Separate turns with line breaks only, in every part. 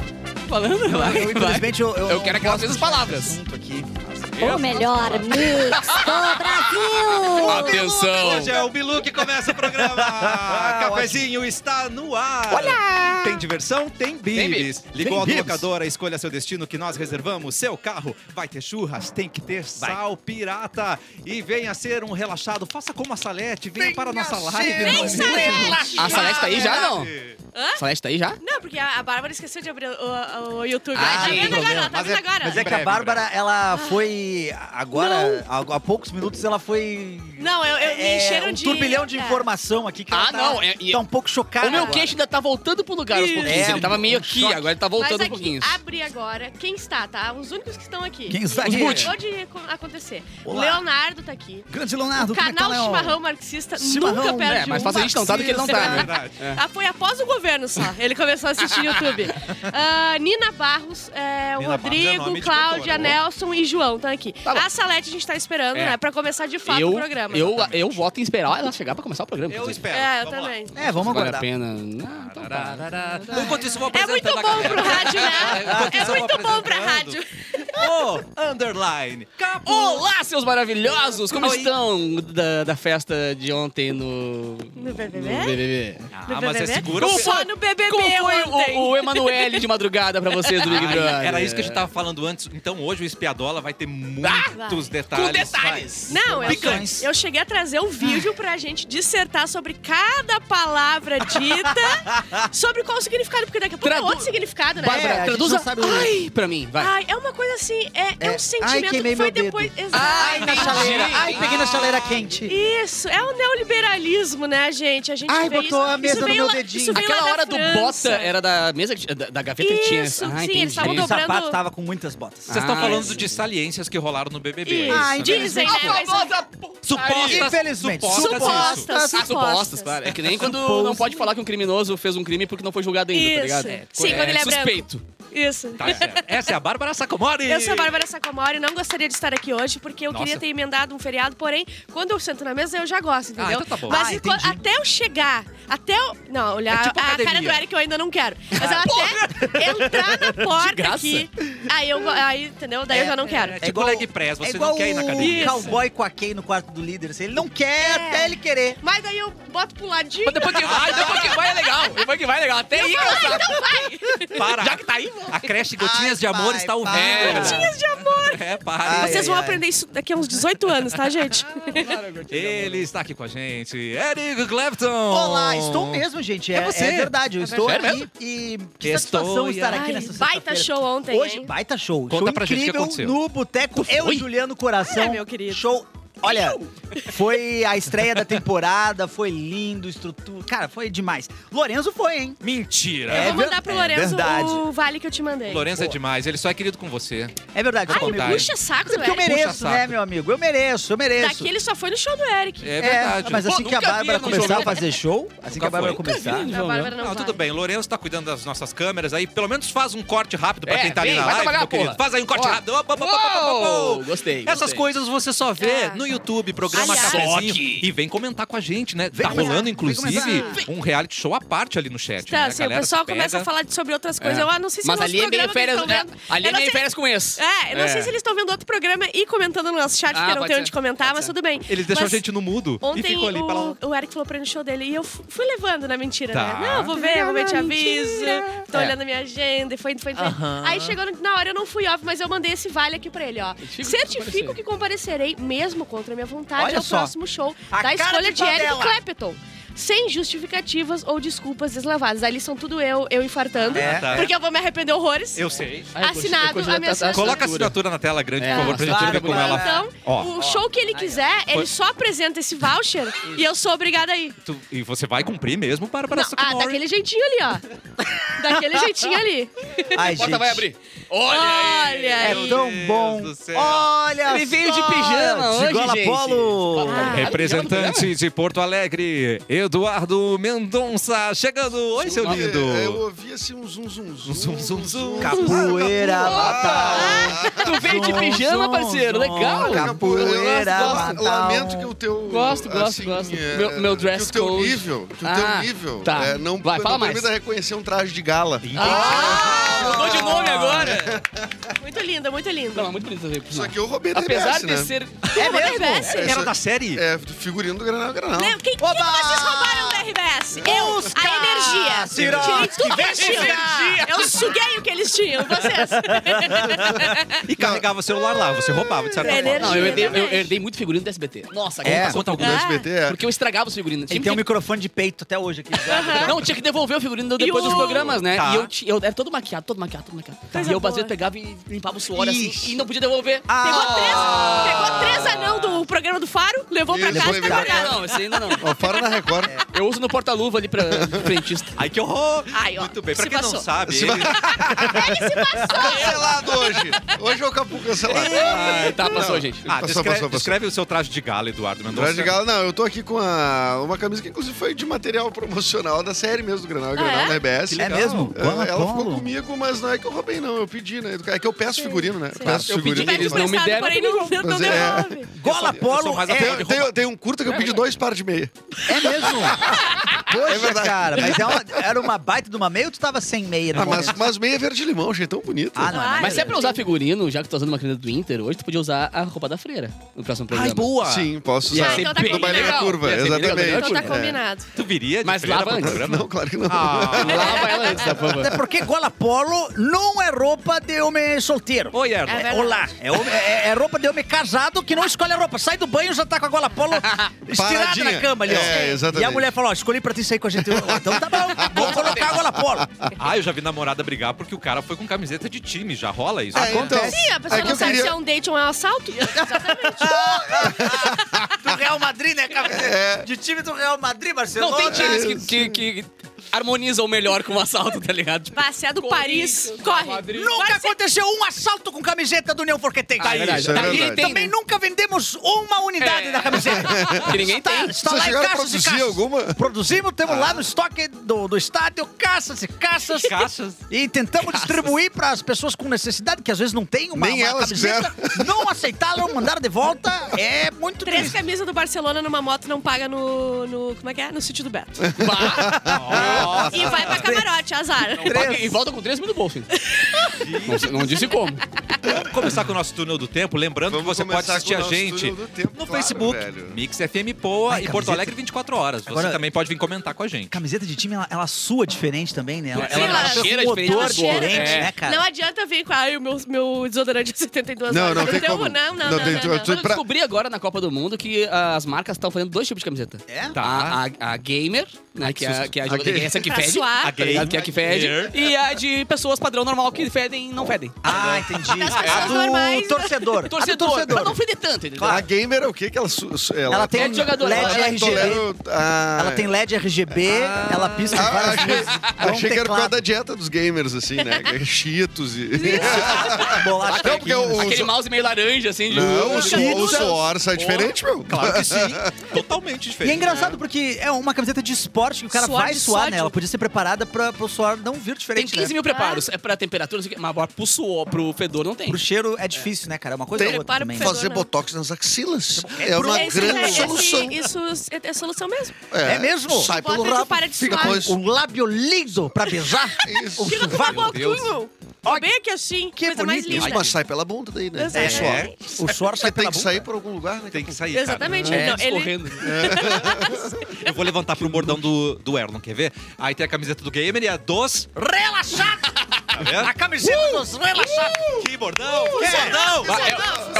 falando? Vai,
Então,
Eu,
vai.
infelizmente, eu, eu,
Eu
não
quero aquelas
posso
mesmas
puxar
palavras.
esse assunto aqui.
O melhor mix do Brasil!
Hoje
Atenção!
é o Bilu que começa o programa.
Ah,
Cafezinho está no ar. Olá! Tem diversão? Tem bibis. Ligou
Tem bibis.
a locadora, escolha seu destino que nós reservamos. Seu carro vai ter churras, tem que ter sal pirata. E venha ser um relaxado. Faça como a Salete, venha, para a nossa live.
Vem,
não é
um Salete!
A Salete tá aí já, não?
Hã?
A Salete tá aí já?
Não, porque a, a Bárbara esqueceu de abrir o, o- o YouTube.
Ah,
tá
tem
vendo
problema.
agora, tá
Mas
vendo
é-
agora.
Mas é que
Em breve,
a Bárbara, ela foi. Agora, há, há poucos minutos, ela foi.
Não, eu, eu me
é,
encheram
um
de...
turbilhão de
é.
informação aqui que ela
Ah,
tá,
não, é- e-
tá um pouco chocada.
O meu
agora.
queixo ainda tá voltando pro lugar aos
Isso.
pouquinhos.
É,
Ele tava meio
um
aqui,
choque.
agora ele tá
Mas
voltando um
aqui,
pouquinho.
abre agora. Quem está, tá? Os únicos que estão aqui.
Quem está
Os
aqui?
boot.
Pode acon- acontecer.
Olá.
Leonardo tá aqui.
Grande Leonardo, como é que tá,
Canal
Leon?
Chimarrão Marxista
Chimarrão,
nunca perde
É, mas
um.
fácil a gente não tá do que ele não tá, né?
É verdade.
Ah, foi após o governo só. Ele começou a assistir YouTube. Ah, Nina Barros, é, o
Nina Barros é
Rodrigo,
nome de cantora.
Cláudia, Nelson e João estão aqui.
Tá bom.
a Salete a gente tá esperando,
É.
né? Pra começar de fato
eu,
o programa. né?
eu, eu voto em esperar ela chegar pra começar o programa.
Eu
inclusive.
espero.
É, eu
Vamos lá.
também.
É, vamos
Vale a
aguardar.
pena. Não, então tá.
Enquanto isso, vou
É muito bom pro rádio, né?
Enquanto
É
isso, eu
muito
vou
bom pra
apresentando.
rádio.
O underline. Capu.
Olá, seus maravilhosos! Como
Oi.
estão da, da festa de ontem no...
No BBB?
No BBB.
Ah, mas é
BBB?
segura.
Só no BBB
Como foi
ontem.
o, o Emanuele de madrugada pra vocês do Big
Ah,
Brother?
era isso que a gente tava falando antes. Então hoje o Espiadola vai ter muitos detalhes.
Com detalhes!
Não, eu,
Picantes.
eu cheguei a trazer um vídeo pra gente dissertar sobre cada palavra dita, sobre qual o significado, porque daqui a pouco é
Tradu-
outro significado, né?
Bárbara,
É, a gente
traduza
não sabe o-
ai pra mim, vai.
Ai, é uma coisa assim, é, é
É,
um
ai,
sentimento
queimei
que foi
meu dedo.
depois. Exato.
Ai, na chaleira. Ai, peguei na chaleira quente.
Isso, é o neoliberalismo, né, gente? A gente
Ai,
vê
botou
isso,
a mesa
isso
no
veio
meu
lá-
dedinho.
isso veio lá
Aquela
da
hora do é,
França.
bota era da mesa, que tinha- da, da gaveta que tinha.
Isso,
Ah,
sim,
entendi.
eles estavam
O
dobrando-
sapato tava com muitas botas.
Vocês estão
Ah,
falando
sim.
de saliências que rolaram no BBB. é
Isso.
isso, né?
Ai,
Dizem, né?
A
mas-
famosa putaria.
Supostas,
Infelizmente,
supostas,
supostas.
isso.
Ah,
supostas.
supostas, claro. É que nem quando não pode falar que um criminoso fez um crime porque não foi julgado ainda, tá
Isso.
ligado?
Sim,
É,
quando ele é branco.
suspeito.
Isso.
Tá certo. Essa é a Bárbara Sacomori.
Eu sou a Bárbara Sacomori, não gostaria de estar aqui hoje, porque eu
Nossa.
queria ter emendado um feriado, porém, quando eu sento na mesa, eu já gosto, entendeu?
então tá bom.
Mas
Ah,
enquan-
entendi.
até eu chegar, até eu. Não, olhar
É tipo
a cara
academia. Ah,
do Eric eu ainda não quero. Mas eu até entrar na porta
graça.
aqui. Aí eu. Aí, entendeu? Daí eu já não quero.
É tipo leg press, você
é igual
não quer ir na academia.
o cowboy com a Kay no quarto do líder. assim, Ele não quer
É.
até ele querer.
Mas daí eu boto pro
Mas
ladinho.
depois que vai,
então
depois que vai é legal. Depois que vai é legal. Até aí,
Ah,
cara.
então vai!
Para.
Já que tá aí, vamos.
A creche Gotinhas de
Ai,
Amor
pai,
está ouvindo.
pai.
Gotinhas de amor!
É, para.
Ai,
Vocês
ai,
vão
ai.
aprender isso daqui a uns 18 anos, tá, gente?
Ele está aqui com a gente. Eric Clapton.
Olá, estou mesmo, gente. É,
Oh. É você.
é verdade, eu estou
verdade.
aqui e que
Estou
satisfação estar
Ai,
aqui nessa
baita
sexta-feira.
show ontem,
Hoje,
hein?
baita show.
Conta
show
pra gente o que
incrível
aconteceu.
no Boteco. Eu, Juliano Coração.
É, meu querido.
Show. Olha, foi a estreia da temporada, foi lindo, estrutura. Cara, foi demais. Lorenzo foi, hein?
Mentira.
É
eu vou mandar
ver-
pro
é
Lourenço
verdade.
o vale que eu te mandei.
Lorenzo é demais, ele só é querido com você.
É verdade,
Ai,
foi comigo.
Tá.
Puxa saco,
Mas é porque eu
velho.
Puxa
mereço,
saco.
né, meu amigo? Eu mereço, eu mereço.
Daqui ele só foi no show do Eric.
É verdade.
mas
Pô,
assim que a
nunca vi
Bárbara
ele no
começar
jogo.
a fazer show, assim que
Nunca
a Bárbara
foi.
começar.
A Bárbara
Não,
não
tudo
vai.
bem. Lorenzo tá cuidando das nossas câmeras aí. Pelo menos faz um corte rápido pra
É,
quem tá ali
vem,
na
vai
live,
trabalhar,
meu querido.
porra.
Faz aí um corte
Ó.
rápido. Opa, opa, opa, opa, opa, opa.
Gostei,
Essas
gostei.
coisas você só vê
É.
no YouTube, programa
Aliás-
Cafezinho.
Só que-
E vem comentar com a gente, né?
Vem
tá
comentar,
rolando,
vem
inclusive,
comentar.
um reality show à parte ali no chat.
Tá,
né?
assim,
A
o
galera
pessoal
pega.
começa a falar de- sobre outras coisas.
É.
Eu ah, não sei se
Mas
é o
ali é
nosso
meio
programa que eles
férias.
estão vendo.
é, Ali
Eu
é
não
meio
sei-
férias com esse.
É, eu não sei se eles estão vendo outro programa e comentando no nosso chat,
Ah,
porque não
pode
tem
ser.
onde comentar,
Pode
mas
ser.
tudo bem.
Eles deixam
Mas
a gente no mudo e
Ontem
ficam ali pra lá.
o, o Eric falou pra ir no show dele e eu fu- fui levando, né? Mentira,
Tá.
né? Não, vou ver, vou ver, te aviso. Tô
É.
olhando a minha agenda e foi, foi, foi.
Aham.
Aí chegou no- na hora, eu não fui, óbvio, mas eu mandei esse vale aqui pra ele, ó.
Eu tive que
Certifico
comparecer.
que comparecerei, mesmo contra a minha vontade,
Olha
ao
só.
próximo show
A
da
cara de
escolha de Eric
Padella.
Clapton. Sem justificativas ou desculpas deslavadas. Ali são tudo eu, eu infartando. Ah,
É.
Tá.
Porque eu vou me arrepender horrores.
Eu sei.
Ai, eu curti- eu
Assinado
curti
a
a
minha
tua- a-
Coloca a
assinatura.
assinatura na tela grande,
É,
por favor, pra gente
claro,
ver como
claro.
ela
Então,
Ó.
o show que ele quiser, ele só apresenta esse voucher e eu sou obrigada a ir.
Tu- e você vai cumprir mesmo, Bárbara
Não, ah,
Sacomori.
daquele jeitinho ali, ó. daquele jeitinho ali.
Ai,
A porta
gente,
vai abrir. Olha, aí.
Olha
É
aí.
tão
Deus
bom.
do céu.
Olha
Ele veio de
só,
pijama
de
hoje,
gola
gente.
polo.
Gola
Ah.
polo.
Representante de Porto Alegre, Eduardo Mendonça, chegando. Oi, seu
Olha,
lindo.
Eu ouvi assim um zum zum zum.
Um zum, zum, zum.
Capoeira batalha.
Tu veio de pijama, parceiro. Legal.
Capoeira
Eu
batalha.
Lamento que o teu.
Gosto, gosto,
assim,
gosto.
é,
Meu- meu dress
que o teu
code.
nível, que o
Ah,
teu nível
tá.
é, não,
Vai,
não
fala mais.
permita reconhecer um traje de Bengala.
Ah, mudou de nome agora.
Muito linda, muito linda.
Não, é muito bonito essa
Isso
veio.
aqui eu roubei da
Apesar
RBS,
de
né?
ser...
É RBS?
É,
Era
só-
da série?
É, do figurino do Granal Granal.
Lembra- Quem, quem que
Oba!
vocês roubaram da RBS? Eu, a energia.
Ciro,
Tirei tudo que eles
vem
tinham.
energia.
Eu suguei o que eles tinham, vocês.
E carregava o celular lá, você roubava, de certa
Pra
forma.
energia.
Não, eu herdei, eu
também.
herdei muito figurino do SBT. Nossa,
É?
conta, conta alguma.
Ah.
SBT, é.
Porque eu estragava os figurinos.
Ele
Tinha
tem um
que-
microfone de peito até hoje aqui.
Não, tinha que devolver Ah. o figurino depois
E
dos
o-
programas, né?
Tá.
E eu, ti- eu era todo maquiado, todo maquiado, todo maquiado.
Coisa
e eu, às
boa.
vezes, pegava e limpava o suor
Ixi.
assim e não podia devolver.
Pegou três,
Ah.
pegou três anão do programa do Faro, levou pra
Isso,
casa
foi
e tá
verdade.
guardado.
Não, esse ainda não.
Ó, fora na Record.
Eu uso no porta-luva ali pra frentista.
Ai, que horror!
Ai, ó,
Muito bem, pra
se
quem não
passou.
sabe,
Se
ele...
Cancelado hoje. Hoje é o Capu cancelado.
Ah, tá, passou,
Não.
gente.
Ah,
Passou,
descreve,
passou, passou.
descreve o seu traje de gala, Eduardo Mendonça.
André de Galo, não, eu tô aqui com a- uma camisa que inclusive foi de material promocional da série mesmo do Granal, Granal
é?
da RBS.
É mesmo?
É, Ela,
Como?
ficou comigo, mas não é que eu roubei, não. Eu pedi, né? É que eu peço figurino, né?
sim.
Peço
Eu pedi,
figurino.
eles não me
emprestado,
deram.
Porém, não, não
Mas é-
devolve.
Gola Polo
mais
é,
Tem, tem- tem um curta que eu pedi dois pares de meia.
é mesmo. Poxa,
verdade.
cara, mas é uma- era uma baita de uma meia ou tu tava sem meia no
Ah, mas,
momento?
mas meia verde limão, achei tão bonito.
É Ah, não, é
Ai,
mais-
Mas se é pra usar figurino, já que tu tá usando uma camisa do Inter, hoje tu podia usar a roupa da freira no próximo programa.
Ai, boa!
Sim, posso
é
Ia
usar.
ser
do
bem
baile na
legal.
curva,
Ia ser bem legal,
exatamente.
bem
Então
né?
tá
É.
combinado.
Tu viria de
Mas
freira
lava
pro
antes.
programa?
Não, claro que não.
Ah,
Lava ela antes da
Até
fama.
é, porque gola polo não é roupa de homem solteiro.
Oi, Erlon.
É verdade.
Olá, é, homem- é- é roupa de homem casado que não escolhe a roupa. Sai do banho já tá com a gola polo estirada
Paradinha.
na cama ali, ó.
É,
E
exatamente.
a mulher falou, ó, escolhi pra ti sair com a gente. Eu, Então tá bom, vou colocar a gola polo.
Ah, eu já vi namorada brigar porque o cara foi com camiseta de time. Já rola isso?
É, então,
Sim, a pessoa
é que
não
eu
sabe
queria-
se é um date ou é um assalto. Exatamente.
Do Real Madrid, né, cara?
É.
De time do Real Madrid, Barcelona.
Não, tem times que, que, que harmonizam melhor com o assalto, tá ligado? Tipo,
Vai, se é do Paris, corre.
Madrid.
Nunca aconteceu um assalto com camiseta do Neon Forquetense.
Ah, é verdade.
isso, é
Tá,
verdade.
ninguém
E
tem,
também
né?
nunca vendemos uma unidade
É.
da camiseta.
Que ninguém
Está,
tem.
está
Vocês
Tá lá em
chegaram a
caixas e
produzir Ah.
caixas.
alguma?
Produzimos, temos lá no estoque do, do estádio caças e caças.
Caças.
E tentamos distribuir para as pessoas com necessidade, que às vezes não tem uma,
Nem
uma
elas
camiseta. Não aceitaram, mandaram de volta. É muito
Três
triste.
camisas do Barcelona numa moto não paga no, no. Como é que é? No sítio do Beto.
Bah,
Ah.
Nossa.
E vai pra camarote, azar.
e volta com 3 mil no bolso. Não, não disse como.
Vamos começar com o nosso túnel do tempo. Lembrando que você pode
começar
assistir
com
a
o nosso
gente
túnel do tempo,
no
claro,
Facebook,
velho.
Mix FM Poa
Ai,
e
camiseta.
Porto Alegre 24 horas. Você
Agora-
também pode vir comentar com a gente.
Camiseta de time, ela, ela sua diferente também, né? Ela,
Sim, ela
nasce com
cheira
um
diferente
odor
do suor,
diferente,
é.
né, cara?
Não adianta vir com. Ai, o meu, meu desodorante é de 72
Não,
horas.
não tem
teu,
como.
Não, não,
Não
não.
tem-
não,
tu-
não.
tu-
Eu
Pra-
descobri agora na Copa do Mundo que ah, as marcas estão fazendo dois tipos de camiseta.
É?
Tá. A, a- a gamer, né, que, é, que é a,
A
jogadora- que é essa que
Pra
fede.
suar.
tá ligado? Que é a que fede.
Gamer.
E a de pessoas padrão normal que fedem e não fedem.
Ah, entendi.
Das
a
pessoas
do
normais.
torcedor. A do
Torcedor, pra não feder tanto, entendeu?
A gamer é o quê que ela... su- su-
Ela tem
Ela é jogadora,
LED
ela-
ela
RGB.
tolera o- ah,
Ela tem LED RGB, ela pisca
Ah,
várias
achei
vezes. Dá um
achei que era por causa
teclado.
da dieta dos gamers, assim, né? Cheetos e...
Bolacha
Não, porque
quinze.
o-
Aquele mouse meio laranja, assim, de.
Não, o suor, o
Pizza.
suor sai diferente, meu.
Claro que sim. Totalmente diferente.
E é engraçado porque é uma camiseta de esporte que o cara
Suor
vai
de
suar,
sódio.
né? Ela podia ser preparada pra, pro suor não vir
Tem
diferente,
15
né?
mil preparos. É pra temperatura, não sei o quê, mas agora pro suor, pro fedor, não tem.
Pro cheiro é difícil, né, cara? É uma coisa
Tem-
ou outra
Prepara
também.
pro fedor.
Fazer
né?
botox nas axilas é uma
Esse-
grande
esse-
solução.
Isso é, é solução mesmo.
É mesmo?
Sai
Bota
pelo
e tu
rabo,
para de
fica
suar.
depois...
O lábio liso pra beijar.
Isso.
o
Tira pela
sovaco.
boquinha. Ó, Bem aqui assim.
Que
coisa mais
bonito.
linda.
Isso, mas sai pela bunda daí, né?
Exato.
suor.
É.
O suor sai
Você tem
pela
que
bunda.
sair por algum lugar, né?
Tem que sair, cara.
Exatamente.
É,
Não, ele, tá,
escorrendo.
Eu vou levantar pro bordão do, do Erlon, quer ver? Aí tem a camiseta do gamer e a dos...
Relaxado!
Tá
A
vendo?
camiseta dos relaxados.
Que bordão! Que
É.
bordão!
Vai, é-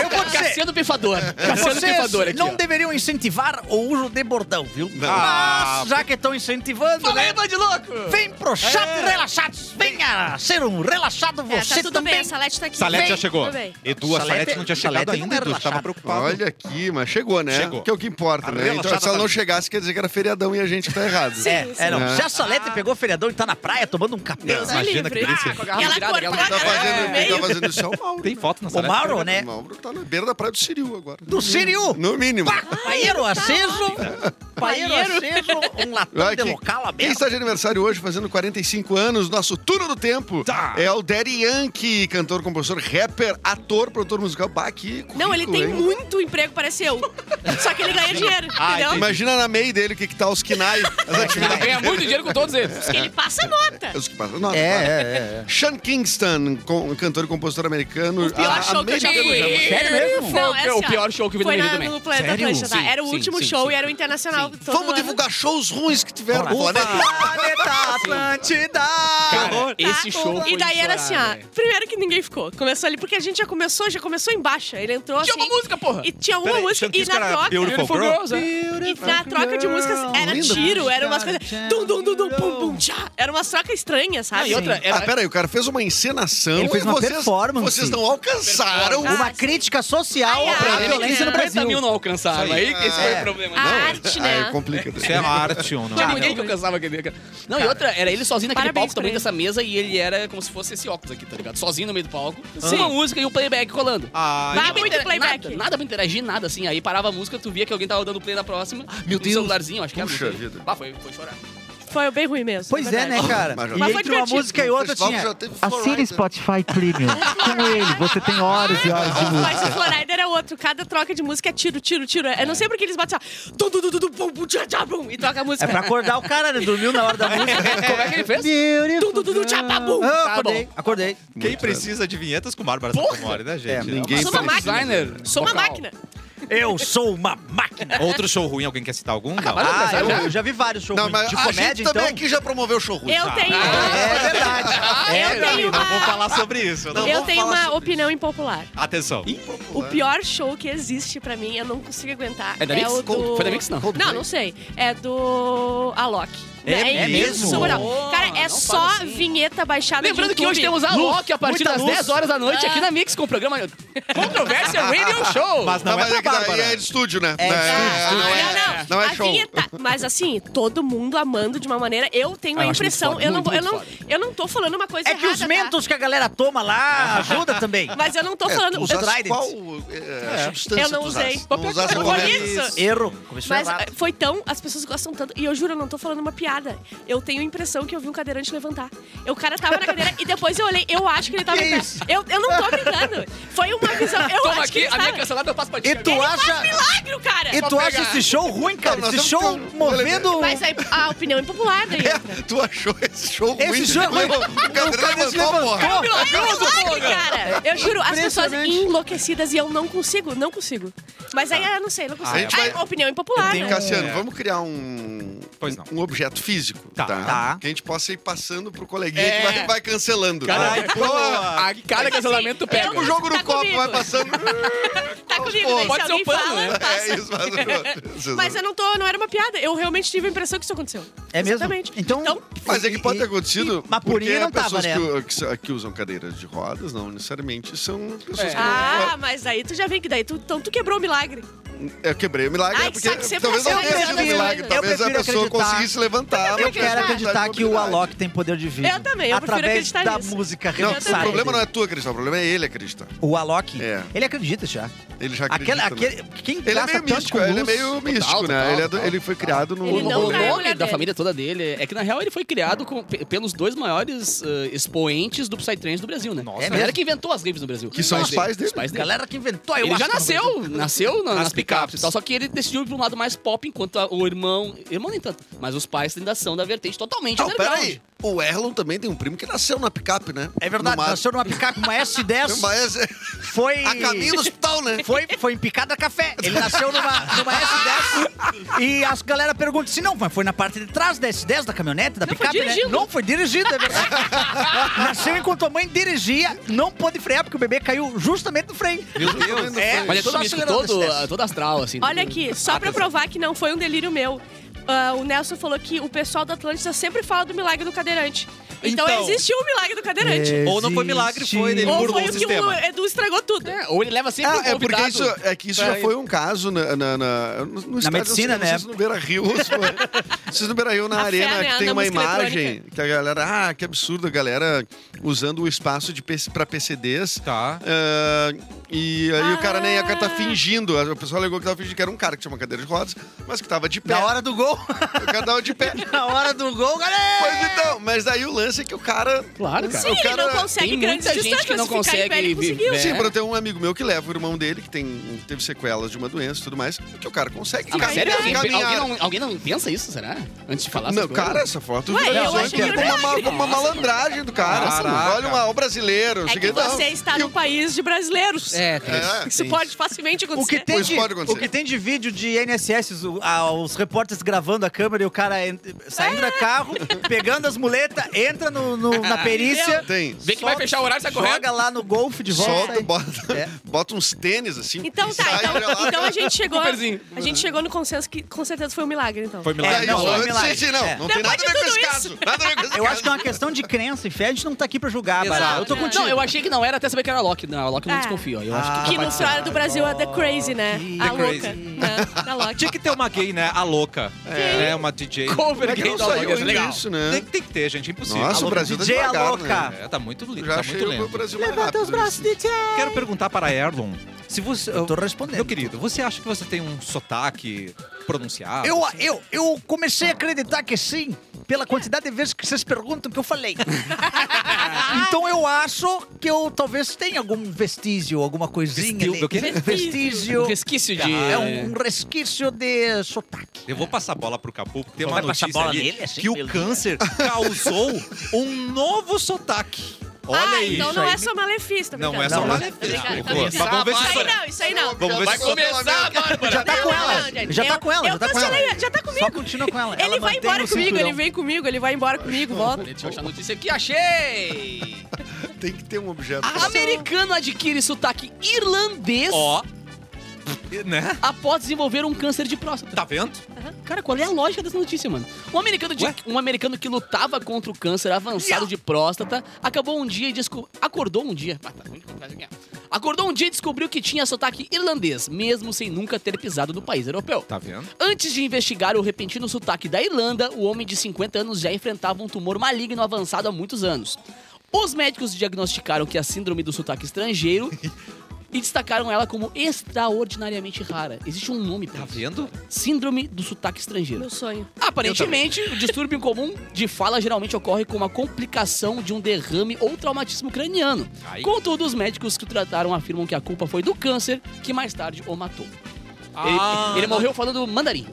Eu vou dizer,
Cassiano Pifador. Cassiano
vocês
Pifador Tá aqui.
não
ó.
deveriam incentivar o uso de bordão, viu?
Ah,
Mas já que estão incentivando,
Fala aí,
né?
bando de louco!
Vem pro chat
É.
relaxados. Venha ser um relaxado
é,
você
tá tudo
também.
bem, a Salete tá aqui.
Salete já
Vem,
chegou.
tudo bem.
Edu, a
Salete-
Salete não tinha chegado
Salete não
ainda,
era
Edu. Estava
relaxada.
preocupado.
Olha aqui, mas chegou, né?
é Chegou.
Que é o que importa,
A
né? Então,
relaxada
se ela não
tá-
chegasse, quer dizer que era feriadão e a gente tá errado.
É,
Sim,
é, não.
sim.
Se a Salete pegou o feriadão e tá na praia tomando um capeta.
Deus
Imagina
me livre.
que delícia.
Ah,
Ela
ela
virada,
cortou
ela
a
Tá
galera no
fazendo, quem tá
meio.
fazendo isso é o Mauro.
Tem foto na
O
Salete.
Mauro, né?
O Mauro tá na beira da praia do Ciril agora.
Do Siriu.
No mínimo.
Paeiro
tá.
aceso. Paeiro aceso. Um latão
Vai,
de
quem-
local
Quem
aberto.
está de aniversário hoje, fazendo 45 anos, nosso Túnel do Tempo.
Tá.
É o Daddy Yankee, cantor, compositor, rapper, ator, produtor musical. Bah, que
Não,
currículo,
ele tem
hein?
muito emprego, parece eu. Só que ele ganha dinheiro,
Ah,
entendeu?
Imagina na MEI dele que, que tá os quinais, as
É,
Ele
atividades.
ganha muito dinheiro com todos eles.
Porque ele passa nota.
Os que passam. Nossa,
É,
claro.
é, é. é.
Sean Kingston, com- cantor e compositor
O
americano.
Ah,
pior show que eu já
americano
fui.
Sério mesmo?
Não, é
Foi o
assim, ó,
pior show que eu vi na
foi
minha
na-
vida
no Planeta
Sério?
Atlântida, tá?
Sim,
era o
sim,
último
sim,
show
sim.
e era o
Sim.
internacional. todo
Vamos
ano.
divulgar shows ruins que tiveram. Ah,
Vamos
Planeta.
Planeta Atlântida!
Cara,
Tá?
esse show foi
E daí era
de
assim,
chorar,
ó.
velho.
Primeiro que ninguém ficou. Começou ali, porque a gente já começou, já começou em baixa. Ele entrou assim.
Tinha uma música, porra.
E tinha uma
Peraí,
música
Sean
e
Kingston
na
era
troca.
Beautiful
Beautiful
Girl?
Girls, é.
E na troca de músicas era
Linda.
tiro, era umas coisas. Dum, dum, dum, dum, pum, pum, tchá. Era umas trocas estranhas,
Ah,
sabe?
e outra,
Ah,
era,
peraí, o cara fez uma encenação.
Ele fez
e
uma
vocês,
performance.
Vocês não alcançaram.
Ah,
Uma
sim.
crítica social
Ai, ai,
à
ai,
violência no
50
Brasil.
tá. Ah, mil não alcançaram.
Isso
Aí Ah,
aí.
que esse foi
É.
o problema.
A
Não,
Ah,
arte, né?
Aí complica.
Isso é arte ou não?
Tinha
Ah,
ninguém
não.
que alcançava aquele cara. Não, e outra, era ele sozinho naquele
Parabéns
palco, também
pra ele.
dessa mesa, e ele era como se fosse esse óculos aqui, tá ligado? Sozinho no meio do palco,
Sim.
uma música e um playback rolando.
Ah,
Vai,
então-
muito
Intera-
playback.
Nada, nada pra interagir, nada, assim. Aí parava a música, tu via que alguém tava dando play na próxima.
Meu
no
Deus.
celularzinho, acho que era.
Puxa
não sei.
vida.
Ah, foi, foi chorar.
Foi bem ruim mesmo.
Pois é,
verdade.
né, cara?
Mas já-
E
Mas foi
entre uma
divertido.
música e
O
outra
festival
tinha.
já teve
Assine
Florida.
Spotify Premium. Com ele, você tem horas e horas de música.
Mas o Florida era outro. Cada troca de música é tiro, tiro, tiro. Eu não sei porque eles batem assim, ó, dum, dum, dum, dum, dum, pum, pum, tchá, tchá, bum, e troca a música.
É pra acordar o cara, né? Dormiu na hora da música.
Como é que ele fez?
Dum, dum, dum, dum, tchá, pá, bum.
Ah,
Tá
acordei, acordei.
Quem precisa de vinhetas com Bárbara Sacomori, né, gente?
É,
ninguém
Sou uma
precisa.
máquina.
Designer.
Sou uma
vocal.
máquina.
Eu sou uma máquina.
Outro show ruim, alguém quer citar algum? Não.
Acabaram?
Ah,
Ah,
eu,
já?
eu já vi vários shows
Não, mas
de
a
comédia,
gente
então.
também aqui já promoveu show ruim.
Eu tenho.
Ah,
É verdade. É
Eu tenho
verdade.
Não vou
uma.
falar sobre isso. Não
Eu
vou
tenho
falar
uma
sobre-
opinião impopular.
Atenção.
O pior show que existe pra mim, eu não consigo aguentar.
É da Mix?
o do...
Foi da Mix, não?
Não, não sei. É do Alok.
É mesmo?
insuportável. Cara, é
Não
só
fala assim.
vinheta baixada
Lembrando
de
que hoje
YouTube. Ah.
temos a
Luz,
Loki a partir
muita
das
luz.
10 horas da noite aqui na Mix com o programa Controvérsia Radio Show.
Mas não
Não, mas
é
é que
pra
daí
Bárbara.
é de estúdio, né?
É de
Ah,
estúdio,
não,
não é-
não,
não é
A
show.
vinheta- mas assim, todo mundo amando de uma maneira. Eu tenho
Ah,
a
eu acho muito
impressão.
foda,
eu, não,
muito,
vou- eu, não,
muito
eu não tô falando uma coisa
É
errada.
que os
tá?
mentos É, que a galera toma lá ajuda também.
Mas eu não tô falando.
tu
eu-
usaste
Trident.
qual é, substância
Eu não
tu
usei.
usaste? Não usaste
Eu
alguma
conheço.
coisa?
Erro. Começou
Mas
errado.
eh, foi tão. As pessoas gostam tanto. E eu juro, eu não tô falando uma piada. Eu tenho a impressão que eu vi um cadeirante levantar. Eu, o cara tava na cadeira e depois eu olhei. Eu acho que ele tava
Que
em pé.
isso?
Eu, eu não tô brincando. Foi uma visão. Eu
Toma
acho
aqui,
que ele
a minha
tava.
cancelada eu passo pra ti.
E tu
agora.
acha,
é- Milagre, o cara!
e
Só
tu acha
pegar.
esse show ruim, cara?
Não, nós
esse
temos
show
que ter um-
movendo...
Mas é- aí, a opinião impopular né? daí. entra.
É, tu achou esse show ruim?
Esse show é ruim.
O
O cara
cadeirante
se
levantou a
levantou.
porra.
Milagre, cara! Eu juro, as pessoas
Impressionante.
enlouquecidas e eu não consigo, não consigo. Mas aí, eu não sei, não consigo.
A gente
Ai,
vai-
opinião impopular,
É.
Tem,
né?
Cassiano, vamos criar um,
Pois não.
um objeto físico,
Tá.
tá.
Tá.
Que a gente possa ir passando pro coleguinha
É.
que vai, vai cancelando.
Cara,
Ai, boa.
a, a cada cancelamento
assim,
pega.
eu-
o jogo do
Tá
copo
comigo.
vai passando.
Tá comigo,
Pô,
daí se
pode ser o
alguém
pano,
fala,
né?
passa.
é isso, mas, vocês
Mas
não-
eu não tô, não era uma piada. Eu realmente tive a impressão que isso aconteceu.
É mesmo?
Exatamente.
Então,
Então-
Mas é que pode ter
E-
acontecido.
Mas por
porque
mim não tava,
pessoas
né?
que, que s- que usam cadeiras de rodas, não necessariamente são pessoas
É.
que.
Ah, mas aí tu já vem que daí tu, então tu quebrou o milagre.
Eu quebrei o milagre,
Ai, que
porque
saco, você
talvez não
forçou
tenha
a
sido um
acreditar.
milagre.
Eu
Talvez a
prefiro
pessoa
acreditar.
conseguisse levantar.
Eu quero acreditar que o
Alok
Alok tem poder de vida.
Eu também, eu prefiro
Através
acreditar
da
nisso.
música
Não,
Eu também.
o
Ramsar.
problema não é tu acreditar, o problema é ele acreditar.
O Alok,
É.
ele acredita já.
Ele já acredita.
Aquele,
né?
aquele, quem
Ele é
gasta
meio
tanto
místico,
com luz...
ele é meio místico,
total,
né? Ele é do-
total.
Ele foi criado no.
Ele
O-
não é
o
cai a
nome
mulher
da
dele.
família toda dele é que, na real, ele foi criado com- pe- pelos dois maiores eh, expoentes do Psytrance do Brasil, né?
Nossa.
é a galera que inventou as raves no Brasil.
Que são os pais dele.
Os pais dele.
Galera que inventou, eu
Ele
acho
já
que não-
nasceu, nasceu na-
Nas
nas, picapes
picapes.
e tal, só que ele decidiu ir pra um lado mais pop, enquanto a- o irmão... Irmão nem tanto, mas os pais ainda são da vertente totalmente
Não,
underground.
peraí. O Erlon também tem um primo que nasceu na picape, né?
É verdade,
Numa-
nasceu numa picape, uma S10,
Mas é-
foi...
a caminho do hospital, né?
Foi, foi em picada café. Ele nasceu numa, numa S10. E as galera pergunta se não, mas foi na parte de trás da S10 da caminhonete, da
Não, foi
picape, né?
dirigindo.
Não, foi dirigido, é verdade. nasceu enquanto a mãe dirigia, não pôde frear, porque o bebê caiu justamente no freio.
Meu Deus.
É,
Mas é todo
só
místico,
acelerando
todo,
S10.
ah, todo astral, assim.
Olha aqui, só pra provar que não foi um delírio meu. ah, o Nelson falou que o pessoal da Atlântida sempre fala do milagre do cadeirante. Então,
Então.
existiu o milagre do cadeirante.
Ou não foi milagre, foi, ele
Existe.
Ou
burlou
foi
o
o que o
sistema.
Edu estragou tudo.
É, ou ele leva sempre um
Ah, é
convidado.
porque isso, é que isso
pra
já
ir.
foi um caso na, na, na- no- no estádio,
medicina,
eu não
né?
sei se no Beira Rio. Vocês no Beira Rio, na
A fé,
arena,
né?
que tem
Na
uma
música
imagem
eletrônica.
que a galera. Ah, que absurdo, a galera usando o espaço de PC, pra PCDs.
Tá.
Ah, e aí o cara nem a cara tá
Ah.
fingindo. O pessoal alegou que tava fingindo que era um cara que tinha uma cadeira de rodas, mas que tava de pé.
Na hora do gol,
O cara tava de pé.
na hora do gol, galera!
Pois então, mas aí o lance distância que o cara.
Claro, cara.
Sim, ele não
cara-
consegue
tem
grandes
muita gente
distâncias.
que não
se ficar em pé,
consegue
ele conseguiu.
viver.
Sim,
É.
pra eu tenho um amigo meu que leva o irmão dele, que tem, teve sequelas de uma doença e tudo mais, que o cara consegue
Ah, mas
Ficar
sério?
em
Alguém,
pé.
alguém não, alguém não pensa isso, será? Antes de falar
Não,
essas coisas?
cara, essa foto
Ué,
viralizou
eu achei que
inteira como
era
uma,
verdade.
como uma
Nossa,
malandragem do cara.
Caraca.
Assim, Olha uma- o brasileiro. não
É
sei o
que
que, não.
você está
E
num
o-
país de brasileiros.
É, tem isso.
É,
Isso
tem
pode facilmente acontecer.
O que, tem
Pois
de,
pode acontecer.
o que tem de vídeo de INSS, os, o- a- os repórteres gravando a câmera e o cara en- saindo do carro, pegando as muletas, entra no- no- na perícia,
Tem.
Vê que vai
solta-
fechar o horário, sai correndo.
joga lá no golfe de volta.
Solta,
e-
bota,
É.
bota uns tênis assim.
Então
e
tá,
sai, olha
então,
lá.
então a gente chegou.
Cooperzinho.
A gente chegou no consenso que com certeza foi um milagre, então.
Foi
É,
milagre.
não,
isso,
é
antes,
milagre.
gente, não,
É.
não tem
Depois
nada a
de
ver com
tudo
esse
isso.
caso. Nada a ver com esse
Eu
caso.
acho que é uma questão de crença e fé, a gente não tá aqui pra julgar, Bará. Eu tô
Não,
contigo.
É. Não, eu achei que não era até saber que era Loki. Não, a Loki eu não
É.
desconfio. ó. Eu
Ah.
acho que
Que
capaz
no
de ser.
cenário do Brasil é The Crazy, né?
The
A louca.
Crazy.
Né? Da Loki.
Tinha que ter uma gay, né? A louca. É. Uma DJ.
Cover
Como é que
gay
não
da Loki,
saiu
é
ainda
legal.
isso,
Tem,
né?
tem que ter, gente. é Impossível.
Nossa,
A
o
louca-
Brasil tá
DJ a
devagar,
louca.
né?
É, tá muito lindo.
Já
Tá
achei
muito
o
lento.
Brasil mais
Levanta
rápido.
os braços,
né?
DJ!
Quero perguntar para Erlon. Se você,
tô respondendo.
Meu querido, você acha que você tem um sotaque pronunciado?
Eu, eu, eu comecei a acreditar que sim, pela quantidade de vezes que vocês perguntam que eu falei. então eu acho que eu talvez tenha algum vestígio, alguma coisinha.
Vestígio
ali.
do quê?
Vestígio.
Um resquício de...
É um resquício de sotaque.
Eu vou passar a bola pro Capu, porque tem uma
Vai passar
notícia
a bola
ali
nele, assim,
que o
pelo-
câncer causou um novo sotaque. Olha
ah,
isso.
então não
aí.
é só Malefício,
Não, é só
Não,
Malefício.
Tá ligado, tá
Vamos
ligado.
ver se
Isso aí
isso-
não, isso aí não.
Vamos ver
Vai
se-
começar, Bárbara.
Já tá
Não,
com
não,
ela.
não, gente.
já tá
Eu-
com ela,
eu
já tá com
cancelei,
ela.
já tá
Só
comigo.
continua com ela.
Ele
ela
vai
mantém
embora
o
comigo,
cinturão.
ele vem comigo, ele vai embora comigo, volta.
Deixa eu achar a notícia aqui. Achei!
Tem que ter um objeto.
Americano adquire sotaque irlandês
Ó. Né?
após desenvolver um câncer de próstata.
Tá vendo?
Cara, qual é a lógica dessa notícia, mano? Um americano, de-
Ué?
um americano que lutava contra o câncer avançado de próstata acabou um dia e descobriu. Acordou um dia. Ah, tá, muito complicado aqui, ó. Acordou um dia e descobriu que tinha sotaque irlandês, mesmo sem nunca ter pisado no país europeu.
Tá vendo?
Antes de investigar o repentino sotaque da Irlanda, o homem de 50 anos já enfrentava um tumor maligno avançado há muitos anos. Os médicos diagnosticaram que a síndrome do sotaque estrangeiro e destacaram ela como extraordinariamente rara. Existe um nome pra
Tá
isso.
vendo?
Síndrome do sotaque estrangeiro.
Meu sonho.
Aparentemente, o distúrbio incomum de fala geralmente ocorre com uma complicação de um derrame ou traumatismo craniano.
Ai.
Contudo, os médicos que o trataram afirmam que a culpa foi do câncer, que mais tarde o matou. Ele,
Ah,
ele morreu falando mandarim.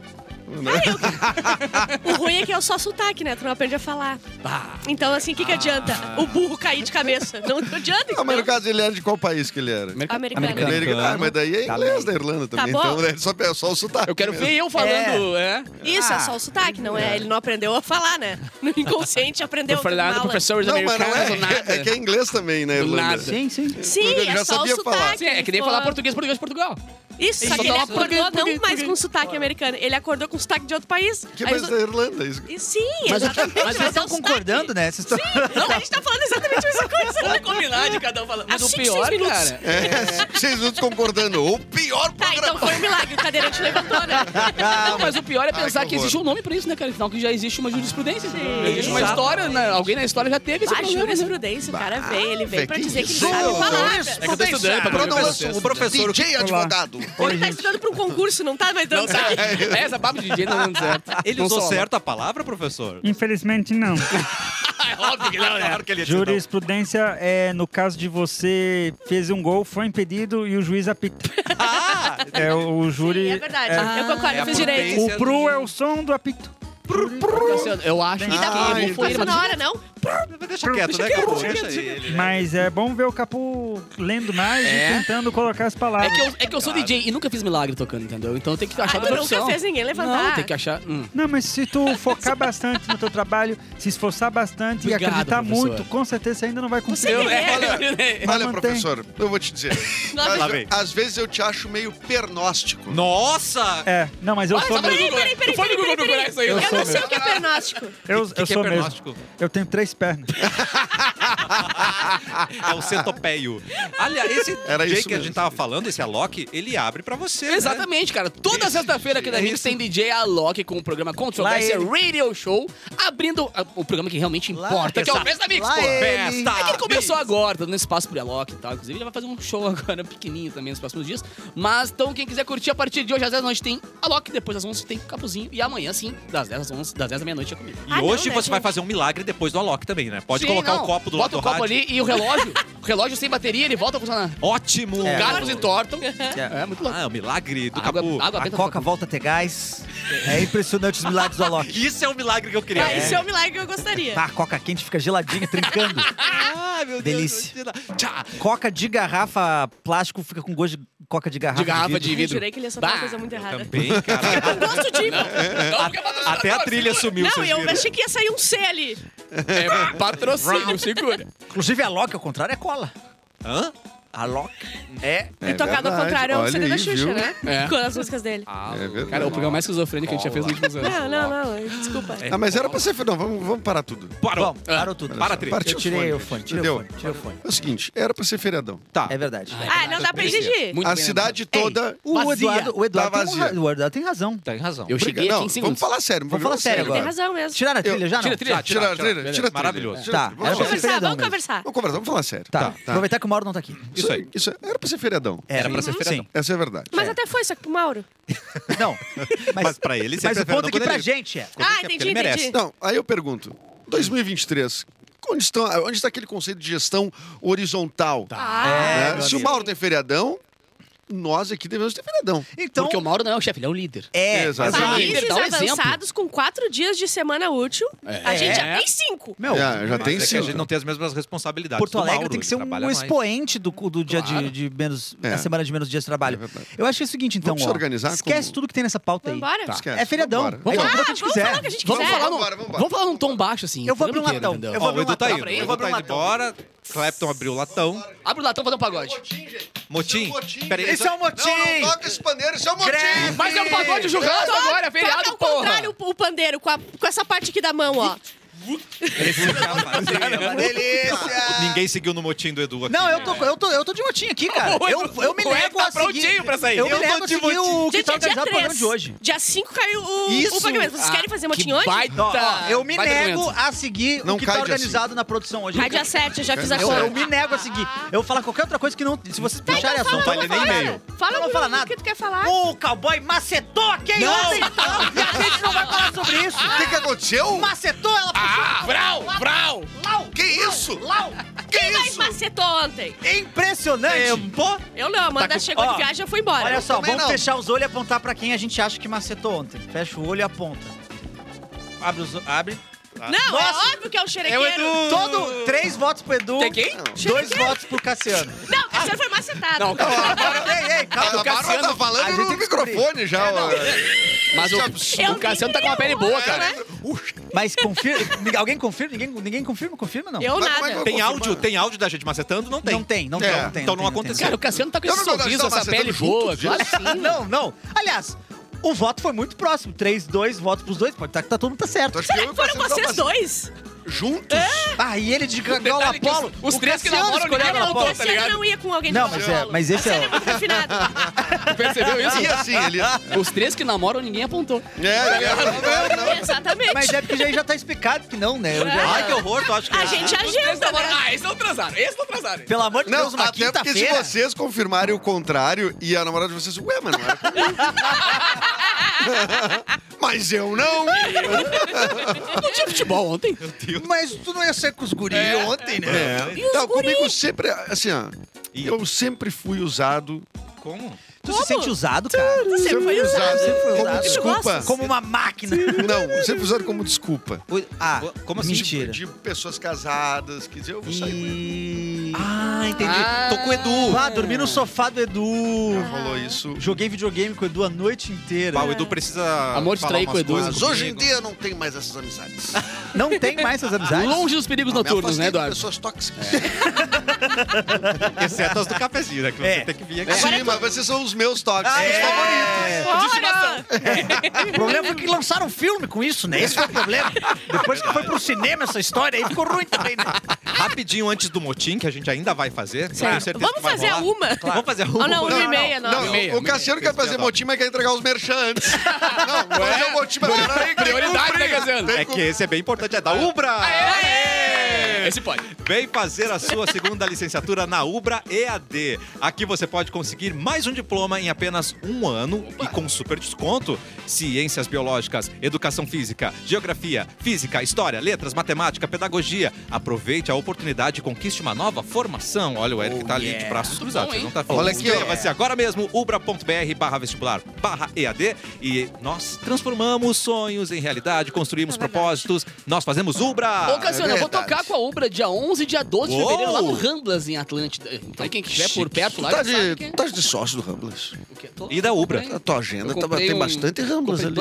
O ruim é que é só sotaque, né? Tu não aprende a falar.
Bah. Ah.
Então, assim, o que, que adianta? O burro cair de cabeça. Não, não adianta,
Ah,
então.
mas no caso ele era de qual país que ele era?
Americano.
Americano.
Ele era de- Ah, mas daí é inglês da Irlanda também.
bom.
Então né, só, é só o sotaque.
Eu quero
mesmo.
ver eu falando, é.
Isso, é
Ah.
só o sotaque, não é? Ele não aprendeu a falar, né? No inconsciente aprendeu
Eu
a
falando
falar.
professores
Não, mas não
americanos,
é.
do nada.
É que é inglês também, né,
Do
Irlanda?
nada.
Sim, sim.
Sim,
Eu já
é só o
sabia
sotaque.
falar.
Sim, é que nem falar
Foi-
português, português, Portugal.
Isso,
Ele só
só que ele
tava
acordou
português,
não
português,
mais com
português.
sotaque americano. Ele acordou com sotaque de outro país.
Que é
Aí
mais
os-
da Irlanda? isso.
E Sim,
Mas, o que-
exatamente.
mas vocês
é
estão
o sotaque.
concordando, né? Vocês estão...
Não, a gente tá falando exatamente a mesma coisa.
Vamos combinar de cada um falando. Mas
Acho
o
que
pior,
seis minutos.
cara...
É, vocês minutos concordando. O pior
Tá, então
programa.
foi um milagre. O cadeirante levantou, né?
Não, mas o pior é
Ah, Ai,
pensar
que
que existe um
horror.
nome pra isso, né, cara? Afinal, que já existe uma jurisprudência.
Sim.
Existe uma
Exato.
história, né? alguém na história já teve esse
Ah,
problema. né?
jurisprudência, o cara veio. Ele veio
velho,
pra
que
dizer que ele
isso?
sabe falar.
Jurisprudência.
É que eu tô estudando pra
Pronto,
fazer
eu
o
sou
processo.
o professor DJ advogado.
Ele tá estudando pra um concurso, não tá mais
Não,
dando
tá.
certo.
É, Essa baba de DJ não dando certo.
Ele
Não
usou
só-
certo a palavra, professor?
Infelizmente não.
É óbvio que não, né?
Claro que ele ia dizer não.
Jurisprudência é no caso de você fez um gol, foi impedido e o juiz apita.
Ah!
É o, o júri.
Sim, é verdade. eu concordo,
É a
eu fiz direito.
prudência
O pru
do-
é o som do apito.
Luciano, Eu acho que
E
dá pra-
errou foi ele,
Passa
mas
na hora, não?
Deixa quieto, né, Capu? Deixa ele.
Mas é bom ver o Capu lendo mais
É.
e tentando colocar as
É
palavras.
que, eu, é que eu sou DJ e nunca fiz milagre tocando, entendeu? Então tem que achar
Ah,
da
tu
profissão.
nunca fez ninguém levantar.
Não, tem que achar... hum.
Não, mas se tu focar bastante no teu trabalho, se esforçar bastante e
Obrigado,
acreditar
professor.
muito, com certeza você ainda não vai
Você
conseguir.
eu,
é,
Mas
Olha,
mantém.
professor, eu vou te dizer.
Lá
às,
vem.
às vezes eu te acho meio pernóstico.
Nossa!
É, não, mas eu
Olha,
sou
só pra
mesmo.
Peraí, peraí, peraí,
Foi no
peraí,
Google
peraí,
procurar isso aí.
Eu
Eu
não
sou
sei o que é pernóstico.
Eu,
que
eu
que é
sou mesmo.
pernóstico?
Eu tenho três pernas.
É o centopeio. Aliás, esse
Era
DJ
isso
que a gente
mesmo.
tava falando, esse Alok, ele abre pra você. né?
Exatamente, cara. Toda sexta-feira aqui da
é
gente
isso.
tem DJ Alok com o programa Controvérsia
ele.
Radio Show, abrindo ah, o programa que realmente
Lá
importa, que é o
ele.
Festa Mix,
Lá
pô.
ele.
Festa!
É que ele começou
Mix.
agora, tá dando espaço pro Alok e tal. Inclusive, ele vai fazer um show agora pequenininho também nos próximos dias. Mas, então, quem quiser curtir, a partir de hoje, às 10 da noite tem Alok, depois das 11 tem Capuzinho. E amanhã, sim, das 10 às 11, das 10 da meia-noite é comigo.
E
Ah, não,
hoje
né,
você vai
gente?
fazer um milagre depois do Alok também, né? Pode
Sim,
colocar
não.
o copo do
Bota
lado
o
do
copo
rádio.
ali e o relógio. o relógio sem bateria, ele volta a funcionar.
Ótimo!
Garfos entortam. É, muito louco.
Ah, é o milagre do
Água-
Capu.
água
A
benta-
coca volta a ter gás. É impressionante os milagres do Alok.
Isso é um milagre que eu queria.
Ah, isso é um milagre que eu gostaria.
Tá, a coca quente fica geladinha, trincando.
Ah, meu
Delícia.
Deus. É. Tchá.
Coca de garrafa plástico fica com gosto de coca de garrafa.
De garrafa de
Eu
vidro.
jurei que ele ia só falar
Bah, Tá.
uma coisa muito errada.
Também, cara.
Eu gosto de.
Não, porque é patrocinador,
Até a trilha
segura.
sumiu,
Não,
vocês
eu
viram?
achei que ia sair um C ali.
É patrocínio, segura.
Inclusive, a Loki, ao contrário, é cola.
Hã?
A Loki é.
É
e tocado ao
verdade,
contrário é o
olha
CD da
aí,
Xuxa,
viu?
né?
É.
Com as músicas dele.
É verdade.
Cara, é o programa mais esquizofrênico que a gente já fez nos últimos anos.
Não, não, não. Desculpa.
É,
Ah, mas era pra ser. Não, vamos, vamos parar tudo.
Parou.
Vamos, parou tudo.
Para a trilha.
Eu tirei o fone, tirei o
Entendeu?
fone, tirei o fone.
É o seguinte, era pra ser feriadão.
Tá.
É verdade.
Ah, não dá pra exigir.
Muito
a
bem, né,
cidade
Leonardo.
toda.
O
Vazia.
Eduardo, o Eduardo
Tá
tem um
vazia.
ra- o Eduardo tem razão.
Tem razão.
Eu cheguei
Não,
aqui em 5
vamos
segundos.
falar sério. Tá,
Vamos falar sério
Tem
agora.
razão mesmo.
Tiraram a trilha já, não?
Tira a trilha. é
Tira, tira, tira,
Beleza,
tira, tira.
maravilhoso.
Tira,
Tá,
tira.
era
Vamos
Vamos,
pra ser
conversar,
falar sério.
feriadão
vamos conversar.
Vamos conversar, vamos falar sério.
Tá, aproveitar que o Mauro não tá aqui.
Isso aí. Isso, é, era pra ser feriadão.
Era pra ser feriadão.
Sim.
Essa é a verdade.
Mas até foi, só que pro Mauro.
Não. Mas,
Mas pra ele, sempre
mas
é
o ponto
feriadão
é que
quando
pra
ele-
gente é.
Ah,
porque ele
entendi,
merece.
entendi.
Não, aí eu pergunto: 2023, onde, estão, onde está aquele conceito de gestão horizontal?
Tá.
Ah,
É,
Né? Se o Mauro tem feriadão, nós aqui devemos ter feriadão.
Então,
Porque o Mauro não é o chefe, ele é o líder.
é.
Exatamente.
Mas o
países
líder dá um exemplo.
avançados com quatro dias de semana útil. A gente já
É.
tem cinco.
Meu,
já já tem
Mas é que
sim.
a gente não tem as mesmas responsabilidades.
Porto
do
Alegre
Mauro,
tem que ser
tá ele trabalha
um
mais.
expoente do, do dia de, de menos.
É.
da semana de menos dias de
É
trabalho.
verdade.
eu acho que é o seguinte, então.
Vamos se
ó,
organizar
esquece
como-
tudo que tem nessa pauta aí.
Vambora?
Tá.
Esquece,
É feriadão.
vambora.
Vamos
Aí,
falar
ó.
o que a gente
Ah, Vamos falar o
quiser.
que a gente
Vamos
quiser.
falar, num,
Vambora, vambora.
vamos falar num tom baixo, assim.
Eu vou
o
abrir um
programa
latão.
inteiro,
Eu
entendeu?
vou
Ó, o
abrir um
Edu tá
latão
indo.
pra
O
ele.
Edu
Vou abrir
tá
um
indo
latão.
embora. Clapton abriu o latão.
Abre o latão, vamos fazer um pagode.
Motim. Peraí,
Esse é o motim!
Não, não toca esse paneiro, isso é um motim!
Greve!
Mas é um pagode o churrasco
Toca-
agora, é
toca
feriado,
ao
porra.
contrário o pandeiro, com, a- com essa parte aqui da mão, ó.
é Delícia! Ninguém seguiu no motim do Edu aqui.
Não, eu tô, eu, tô, eu tô de motinha aqui, cara.
O
Eu,
Edu-
eu me
o Edu
nego
tá
a seguir.
prontinho pra sair.
Eu,
Eu
me
tô
nego a
de
seguir o que
Gente,
tá
é dia
organizado pro
3.
programa de hoje.
Dia 5 caiu o,
Isso.
o pagamento. Vocês
Ah,
querem fazer
que
motim hoje?
baita-
Ó, ó, eu me
baita
nego
doença.
a seguir
Não
o que tá
cai dia
organizado na produção hoje.
Vai dia 7, eu já fiz a
Eu,
conta.
eu me nego a seguir. Eu vou falar qualquer outra coisa que não. Se vocês puxarem
Então Fala,
assunto.
vale
não
nem
fala.
e-mail.
Fala,
Não
não
fala
fala
nada.
O que tu quer falar?
O cowboy macetou quem
Não.
ontem e a gente não vai falar sobre isso.
O que, que aconteceu?
Ah, Macetou ela
Ah, Vral, Vral!
Lau,
Que isso?
Lau.
Quem mais macetou ontem?
É Impressionante.
Eu não, a Amanda
Tá com-
chegou
ó,
de viagem e foi embora.
Olha só,
também
vamos
não.
fechar os olhos e apontar pra quem a gente acha que macetou ontem. Fecha o olho e aponta. Abre os olhos. Abre.
Não,
Nossa.
é óbvio que é o xerequeiro.
É o Edu.
Todo, três votos pro Edu.
Tem quem?
Dois votos pro Cassiano.
Não, o Cassiano foi macetado.
Não, calma.
ei, ei,
A
calma.
Bárbara tá
a
falando
gente
no
tem que
microfone
É,
já. ó.
Mas o,
Eu né?
o Cassiano tá com uma pele
É,
boa, cara.
Mas confirma. Alguém confirma? Ninguém, ninguém confirma? Confirma, não?
Eu
Mas como é que
nada.
eu-
Tem áudio, tem áudio da gente macetando? Não tem.
Não tem, não tem,
É,
não tem.
então não
tem,
aconteceu.
Cara, o Cassiano tá com
Eu
esse
não gosto de
sorriso,
estar
essa pele
macetando
boa.
junto,
Claro que sim.
Não, não. Aliás, o voto foi muito próximo. Três, dois votos pros dois. Pode estar que tá, todo mundo tá
Tu
certo.
acha que eu e o
É, Foram
Cassiano
vocês
tava
dois?
Juntos?
Ah, e ele de
Detalhe
Gaiola
que os-
Polo.
os
O
três que
Cassiano
namoram,
escolheu a
ninguém
Gaiola
Não, o
volta,
Polo.
tá
Cassiano
ligado?
não ia com alguém de
Não,
colo.
mas, é, mas esse é...
Muito refinado.
Percebeu isso?
E assim, ele. É,
Os três que namoram, ninguém apontou.
é, não, não, não.
Exatamente.
Mas é porque já, já tá explicado que não, né? Eu já-
Ai, que horror, tu acha que.
A gente
Os três
agenda,
namoram.
né?
Ah, esse não transaram, esse não transaram.
Pelo amor de Deus,
Não,
uma
até porque se
quinta-feira...
vocês confirmarem o contrário e a namorada de vocês, ué, mas não era comigo. Mas eu não.
Não tinha futebol ontem.
Mas tu não ia ser com os guris ontem, né?
É.
E os
Não,
guri?
comigo sempre, assim, ó, eu sempre fui usado.
Como?
Tu
Como?
se sente usado, cara?
Você
sempre
foi usado.
Você foi
Como
usado.
desculpa.
Como uma máquina.
Não, sempre usado como desculpa. Tipo,
O- Ah,
Como assim?
mentira.
De pessoas casadas, que dizer, eu vou sair com ele.
E...
Ah, entendi.
Ah.
Tô com o Edu.
Ah, dormi no sofá do Edu.
Rolou isso.
Joguei videogame com o Edu a noite inteira.
Pá, Ah, o Edu precisa.
Amor de
falar
trair
umas
com o Edu.
coisas
Mas hoje em
comigo.
dia eu não tenho mais essas amizades.
Não tem mais essas amizades?
Longe dos perigos
Me
noturnos, né,
afastei de
Eduardo?
Pessoas tóxicas.
Exceto as do cafezinho, né? Que você
É.
tem que vir aqui.
Sim, mas vocês são os meus toques.
Ah,
os
é.
favoritos.
Fora!
O problema é que lançaram um filme com isso, né? Esse foi o problema. Depois que foi pro cinema essa história, aí ficou ruim também, né?
Rapidinho antes do motim, que a gente ainda vai fazer.
Certo.
Com certeza
Vamos
que vai
fazer
rolar.
a uma?
Vamos fazer a uma.
Ah, não, uma e meia,
Não,
não.
o-
meia,
o Cassiano quer fazer
Fez
motim, mas quer entregar os merchan antes. Não, fazer o motim, mas tem que
Prioridade,
cumprir.
né, Cassiano?
Tem
É que
cumprir.
esse é bem importante, é da Ubra!
Ah,
É, Esse pode.
Vem fazer a sua segunda licenciatura na Ubra EAD. Aqui você pode conseguir mais um diploma em apenas um ano e com super desconto. Ciências biológicas, educação física, geografia, física, história, letras, matemática, pedagogia. Aproveite a oportunidade e conquiste uma nova formação. Olha o Eric
Oh,
tá ali
yeah.
de braços cruzados,
bom,
ele
hein?
não tá falando.
Olha aqui, ó.
Inscreva-se agora mesmo, ubra.br barra vestibular barra EAD e nós transformamos sonhos em realidade, construímos propósitos, nós fazemos Ubra!
Ô, Cassiano, eu vou
verdade.
tocar com a Ubra dia 11 e dia 12 de
Uou!
fevereiro lá no Ramblas, em Atlântida. Então quem estiver por perto lá
Tá
já sabe
de,
que... é.
tá de sócio do Ramblas.
o que é. Tô-
E da Ubra.
A tua agenda
Eu
tá,
comprei Ah,
tem
um-
bastante Ramblas ali.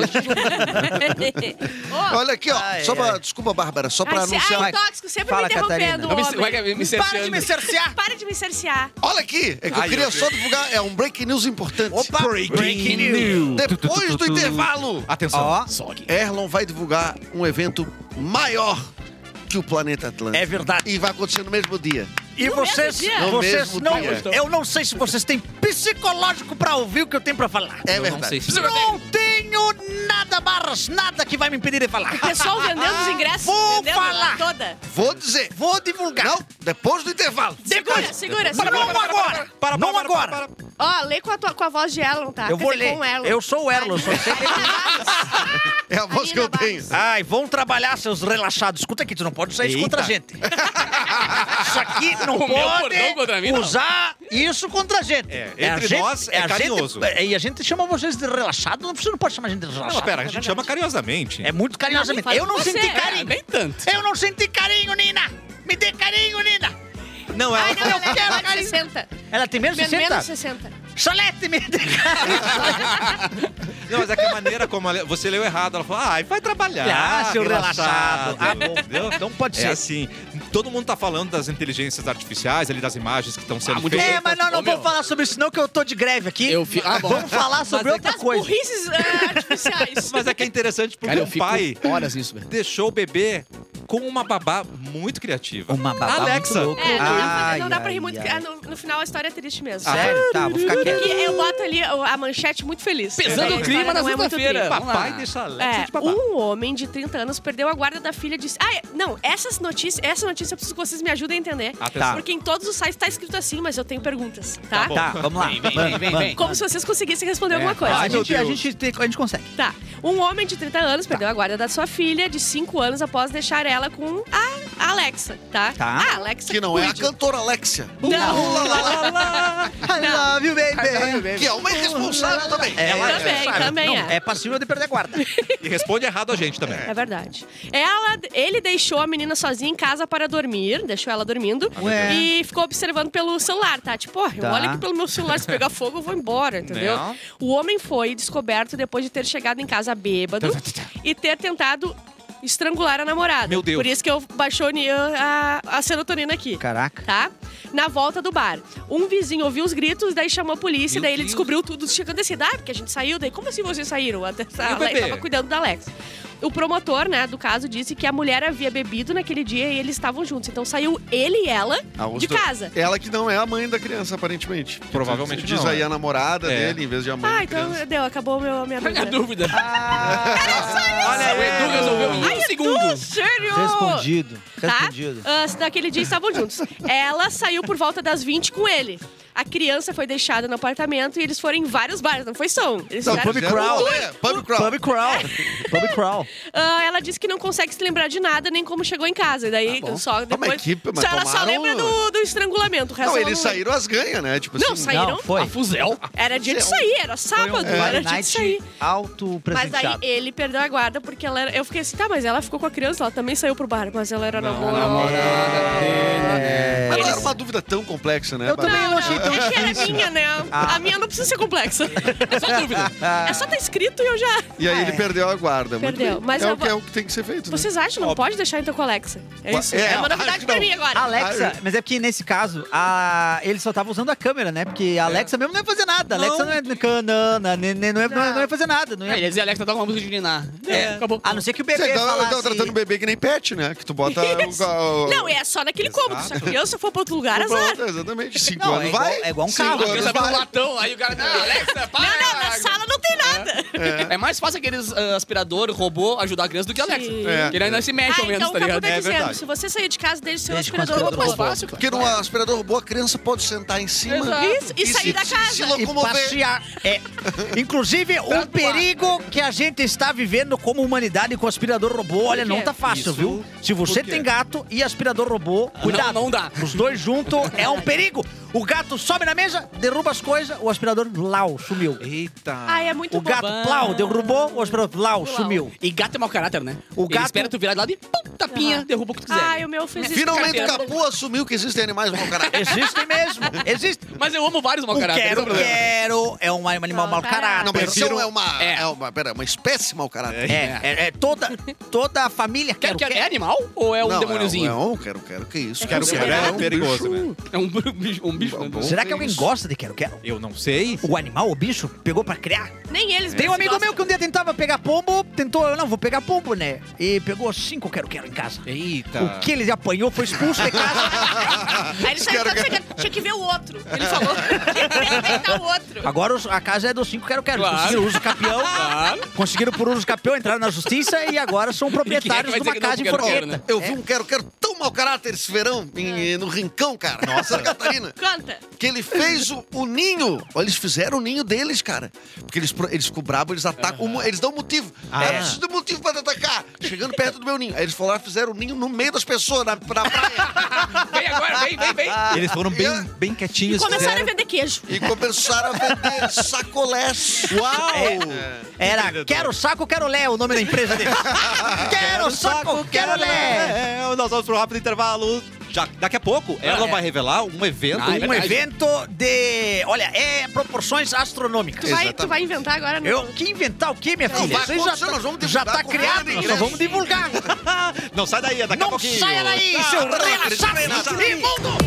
Ó,
Olha aqui, ó.
Ai,
só pra-
é.
ai.
desculpa, Bárbara,
Ah,
só pra
ai, se-
anunciar.
ai, é tóxico, sempre
Fala,
me
Catarina.
interrompendo,
Não me-
homem.
vai que- é me
Para de me
cerceando.
cercear!
Para de me cercear.
Olha aqui, é que eu
Ai,
queria
meu
só divulgar, é um break news importante.
Opa! Breaking, news!
Depois do intervalo,
Atenção.
Ó,
Sog.
Erlon vai divulgar um evento maior que o Planeta Atlântico.
é verdade.
E vai acontecer no mesmo dia.
E vocês,
mesmo dia?
No
vocês
mesmo
não,
dia.
eu não sei se vocês têm psicológico pra ouvir o que eu tenho pra falar.
É
Não sei
verdade.
se...
Não tenho nada, barras, nada que vai me impedir de falar.
Pessoal vendendo os ingressos.
Vou
vendendo
falar.
Toda.
Vou dizer.
Vou divulgar.
Não, depois do intervalo.
Segura, segura,
Mas
segura.
não agora!
Para, para,
Não
para,
agora!
para,
Ó, lê com a, tua- com a voz de Elon, tá?
Eu vou
Quer dizer,
ler.
com o Elon.
Eu sou o Erlon, sou
É a voz que eu
Marina
tenho.
Ai, vão trabalhar, seus relaxados. Escuta aqui, tu não pode usar isso
Eita.
contra a gente. Isso aqui não
O meu cordão
pode
contra mim, não.
usar isso contra a gente.
É,
a
entre
gente-
nós é
a gente-
carinhoso.
é, e a gente chama vocês de relaxado, não- você não pode chamar a gente de relaxado.
Não, pera, a gente chama carinhosamente.
É muito carinhosamente.
Não, me
Eu não
fala com
senti
você.
Ah,
carinho.
nem tanto.
Eu não senti carinho, Nina. Me dê carinho, Nina.
Não, ela
Ai, não, ela
quero
é
carinho.
menos 60.
Ela tem menos de
Men-
60?
Menos 60.
Solete, me dê
Não, mas é que a maneira como ela- você leu errado, ela falou, ai, vai trabalhar.
Ah, seu relaxado. Ah, bom.
Entendeu?
Então pode
É
ser.
assim, todo mundo tá falando das inteligências artificiais, ali das imagens que estão sendo
muito
feitas.
É, mas nós não
Ô, meu.
vamos falar sobre isso não, que eu tô de greve aqui.
Eu fi- ah, bom.
Vamos falar sobre
Mas é
outra
Das
coisa.
Tá, burrices ah, artificiais.
Mas é que é interessante porque
Cara, eu
o
fico
pai
horas nisso, velho.
deixou o bebê com uma babá muito criativa.
Uma babá
Alexa.
muito louca.
um É, não, dá
Ai,
pra, não dá pra
ai,
rir muito.
ai.
Ah, no, no final a história é triste
Ah,
mesmo.
Sério? Tá, vou ficar
E
é.
quieto.
eu boto ali a manchete muito feliz.
Pesando
É,
o clima
a história
na
não é muito
sexta-feira.
triste.
Vamos lá.
Papai deixa a Alexa de
É,
babá.
um homem de 30 anos perdeu a guarda da filha de. Ah, é, não, essas notícias, essa notícia eu preciso que vocês me ajudem a entender.
Atenção.
Porque em todos os sites tá escrito assim, mas eu tenho perguntas,
Tá
tá?
bom.
Tá, vamos lá.
Vem, vem, vem, vem, vem.
Como se vocês conseguissem responder
É.
alguma coisa.
Ai,
A
meu
gente, a,
Deus.
gente, tem- a gente consegue.
Tá. Um homem de 30 anos perdeu a guarda da sua filha de 5 anos após deixar ela com a Alexa, tá?
Tá.
A Alexa
Que não é a
cuide.
cantora Alexia.
Não.
Ula, lá, lá, lá,
I love you, baby.
Que é uma irresponsável também.
Ela
É Também,
responsável.
também
Não,
é.
É passível de perder a guarda.
E responde errado a gente também.
É verdade. Ela, ele deixou a menina sozinha em casa para dormir, deixou ela dormindo
Ué.
e ficou observando pelo celular, tá? Tipo, ó, eu
Tá.
olho aqui pelo meu celular, se pegar fogo eu vou embora, entendeu?
Né?
O homem foi descoberto depois de ter chegado em casa bêbado e ter tentado estrangular a namorada.
Meu Deus.
Por isso que eu baixou a, a serotonina aqui.
Caraca.
Tá? Na volta do bar. Um vizinho ouviu os gritos, daí chamou a polícia,
Meu
daí ele
Deus.
descobriu tudo. Tinha acontecido, ah, porque a gente saiu, daí como assim vocês saíram? Até
E
a
o
Alex
bebê?
tava cuidando da Alex. O promotor, né, do caso, disse que a mulher havia bebido naquele dia e eles estavam juntos. Então saiu ele e ela
Ah, os
de
dois.
casa.
Ela que não é a mãe da criança, aparentemente.
Provavelmente
Diz
não,
aí
é.
a namorada
É.
dele, em vez de a mãe
Ah,
da
então
criança.
deu, acabou meu, minha
Minha dúvida.
dúvida.
Olha
O Edu resolveu em um segundo.
Sério?
Respondido.
é Tá?
Respondido.
Ah, naquele dia estavam juntos. Ela saiu por volta das 20 com ele. A criança foi deixada no apartamento e eles foram em vários bares, não foi só um. Eles
Não,
fizeram-
pub crawl. É, pub crawl.
Pub crawl. Pub crawl.
Ah, ela disse que não consegue se lembrar de nada, nem como chegou em casa. E daí,
Tá bom.
só
Ah, mas
depois.
que- mas
só ela só
tomaram-
lembra do, do estrangulamento. O resto
Não,
ela
eles
não lembra.
saíram as ganhas, né? Tipo
Não,
assim,
saíram.
Não, Ah, foi.
A fuzel.
Era dia de
Foi um-
sair, era
Foi um
sábado, era
Friday
dia de sair.
night alto
Mas daí
presenteado.
ele perdeu a guarda porque ela era. Eu fiquei assim, tá, mas ela ficou com a criança, ela também saiu pro bar, mas ela era namorada.
Mas não era uma dúvida tão complexa, né?
Eu também
Bárbara?
não achei
É,
É que era minha, né? A minha não precisa ser complexa.
É só dúvida.
É só tá escrito e eu já.
E aí ele perdeu a guarda. Muito
É. Perdeu,
bem.
mas
é,
eu
o que,
vou-
é o que tem que ser feito. né?
Vocês acham? Não
Óbvio.
pode deixar então com a Alexa. É
Ué,
isso.
é,
É, uma novidade pra mim agora.
Alexa, mas é porque nesse caso, a- ele só tava usando a câmera, né? Porque a Alexa mesmo não ia fazer nada. A Alexa não é canana, nem- nem- não, ia, não. ia- não ia fazer nada. Não ia-
É, Ele dizia, Alexa, toca uma música de Niná. É. Acabou.
A não ser que o
Você
bebê
tava-
falasse...
tava então, tratando o bebê que nem pet, né? Que tu bota
assim. Isso.
o. o-
Não, é só naquele cômodo. Só que eu, se eu for pra outro lugar,
Pronto,
azar.
exatamente. Cinco
Não,
anos
é igual-
vai.
é igual um
Cinco
carro.
Eu
anos
sabia um
vai.
latão, aí o cara, não, Alexa, para!
Não, não, na sala não tem nada.
É mais fácil aqueles ah, aspirador, robô, ajudar a criança do que a Alexa.
Sim.
É.
Que ele ainda se mexe,
Ah,
ao menos,
então
tá ligado?
tá
É
dizendo,
verdade.
se você sair de casa, deixa o seu
Deixa com
aspirador
aspirador
robô.
mais fácil, cara.
Porque no aspirador robô, a criança pode sentar em cima.
Exato.
Isso, e sair
se-
da casa.
Se
E
locomover.
passear. É. Inclusive, um perigo que a gente está vivendo como humanidade com aspirador robô, olha, não tá fácil,
Isso.
viu? Se você
Por quê?
tem gato e aspirador robô, cuidado.
não dá.
Os dois juntos é um perigo. O gato sobe na mesa, derruba as coisas, o aspirador, lau, sumiu.
Eita.
Ah, é muito
O
bom.
gato, tá plau, derrubou, o aspirador, lau, sumiu.
E gato é mau caráter, né?
O
Ele
gato-
espera tu virar do lado e pum, tapinha, Ah.
Aham.
derruba o que tu quiser.
Ai, o meu fez isso.
Finalmente o
Carteira.
capô assumiu que existem animais mau caráter.
Existe mesmo, existe.
Mas eu amo vários mau
O
caráter. esse é o
quero,
problema.
quero é um animal
Não,
mau
para.
caráter.
Não, mas
Prefiro-
são é uma.
É.
É, uma, pera, uma espécie mau caráter.
um-
É, é, é toda, toda a família
Quero,
quero,
quero. É animal ou é um
Não,
demôniozinho?
É, um- é um quero, quero. Que isso?
Quero,
cara?
quero. É
um
perigoso,
bicho.
né?
É um bicho, um bicho né?
Bom.
Será que alguém
Isso.
gosta de quero-quero?
Eu não sei.
O animal, o bicho, pegou pra criar?
Nem eles
Tem um
mesmos
amigo
gostam.
meu que um dia tentava pegar pombo, tentou, eu não, vou pegar pombo, né? E pegou cinco quero-quero em casa.
Eita.
O que ele appanhou foi expulso de casa.
Aí ele saiu
Quero-
tanto chegando. Tinha que ver o outro. Ele falou. Tinha que respeitar o outro.
Agora os- a casa é dos cinco quero-quero.
Claro.
Conseguiram uso capião.
Claro.
Conseguiram por uso capião, entraram na justiça e agora são proprietários
E quem é
de uma
que vai dizer que não
casa em
pro quero-quero,
Forqueta.
né?
Eu
É.
vi um quero, quero tão mau caráter esse verão em- eh, no Rincão, cara. Nossa, Santa Catarina.
Canta.
Que ele fez o, o ninho. Ó, Eles fizeram o ninho deles, cara. Porque eles, pro- eles ficam bravos, eles atacam. o mo- Eles dão motivo. Ah. Eu preciso de motivo pra te atacar. Chegando perto do meu ninho. Aí eles falaram, fizeram o ninho no meio das pessoas, na, na praia.
Vem agora, vem, vem, vem.
Eles foram bem,
Eu-
bem quietinhos.
Começaram a
fizeram-
vender queijo.
E começaram a vender sacolés.
Uau!
É. Era quero saco, quero lé, o nome da empresa dele. quero saco, quero lé.
É, nós vamos pro rápido intervalo. Já, daqui a pouco,
É.
ela vai revelar um evento.
Ah, é
um
verdade.
evento de. Olha, é proporções astronômicas.
Tu vai, tu vai inventar agora, né?
Eu que inventar o quê, minha
Não,
filha?
vai
Vocês
acontecer, nós vamos
já
divulgar
tá
com
criado,
ele,
nós
né?
só vamos divulgar.
Não sai daí, é daqui a
Não
pouquinho.
saia daí,
Tá.
seu relaxado imundo!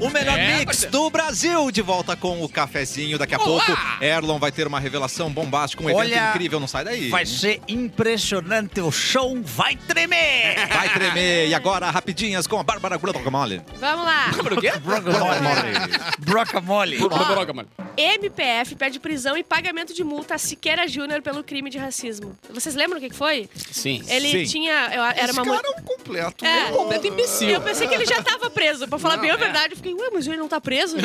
O melhor
É,
mix
parceiro.
do Brasil, de volta com o cafezinho. Daqui a
Olá!
pouco, Erlon vai ter uma revelação bombástica, um evento
Olha,
incrível. Não sai daí.
Vai ser impressionante, o chão vai tremer!
Vai tremer. E agora, rapidinhas com a Bárbara Grotocamole.
Vamos lá.
Lembra o quê?
Brocamole!
Broca, mano.
MPF pede prisão e pagamento de multa a Siqueira Júnior pelo crime de racismo. Vocês lembram o que que foi?
Sim.
Ele
Sim.
tinha. eu- era
Esse
uma
cara é um completo.
É.
né?
Completo imbecil.
Eu pensei que ele já tava preso. Pra falar
Não,
bem a
é.
verdade, eu fiquei, ué, mas ele não tá preso?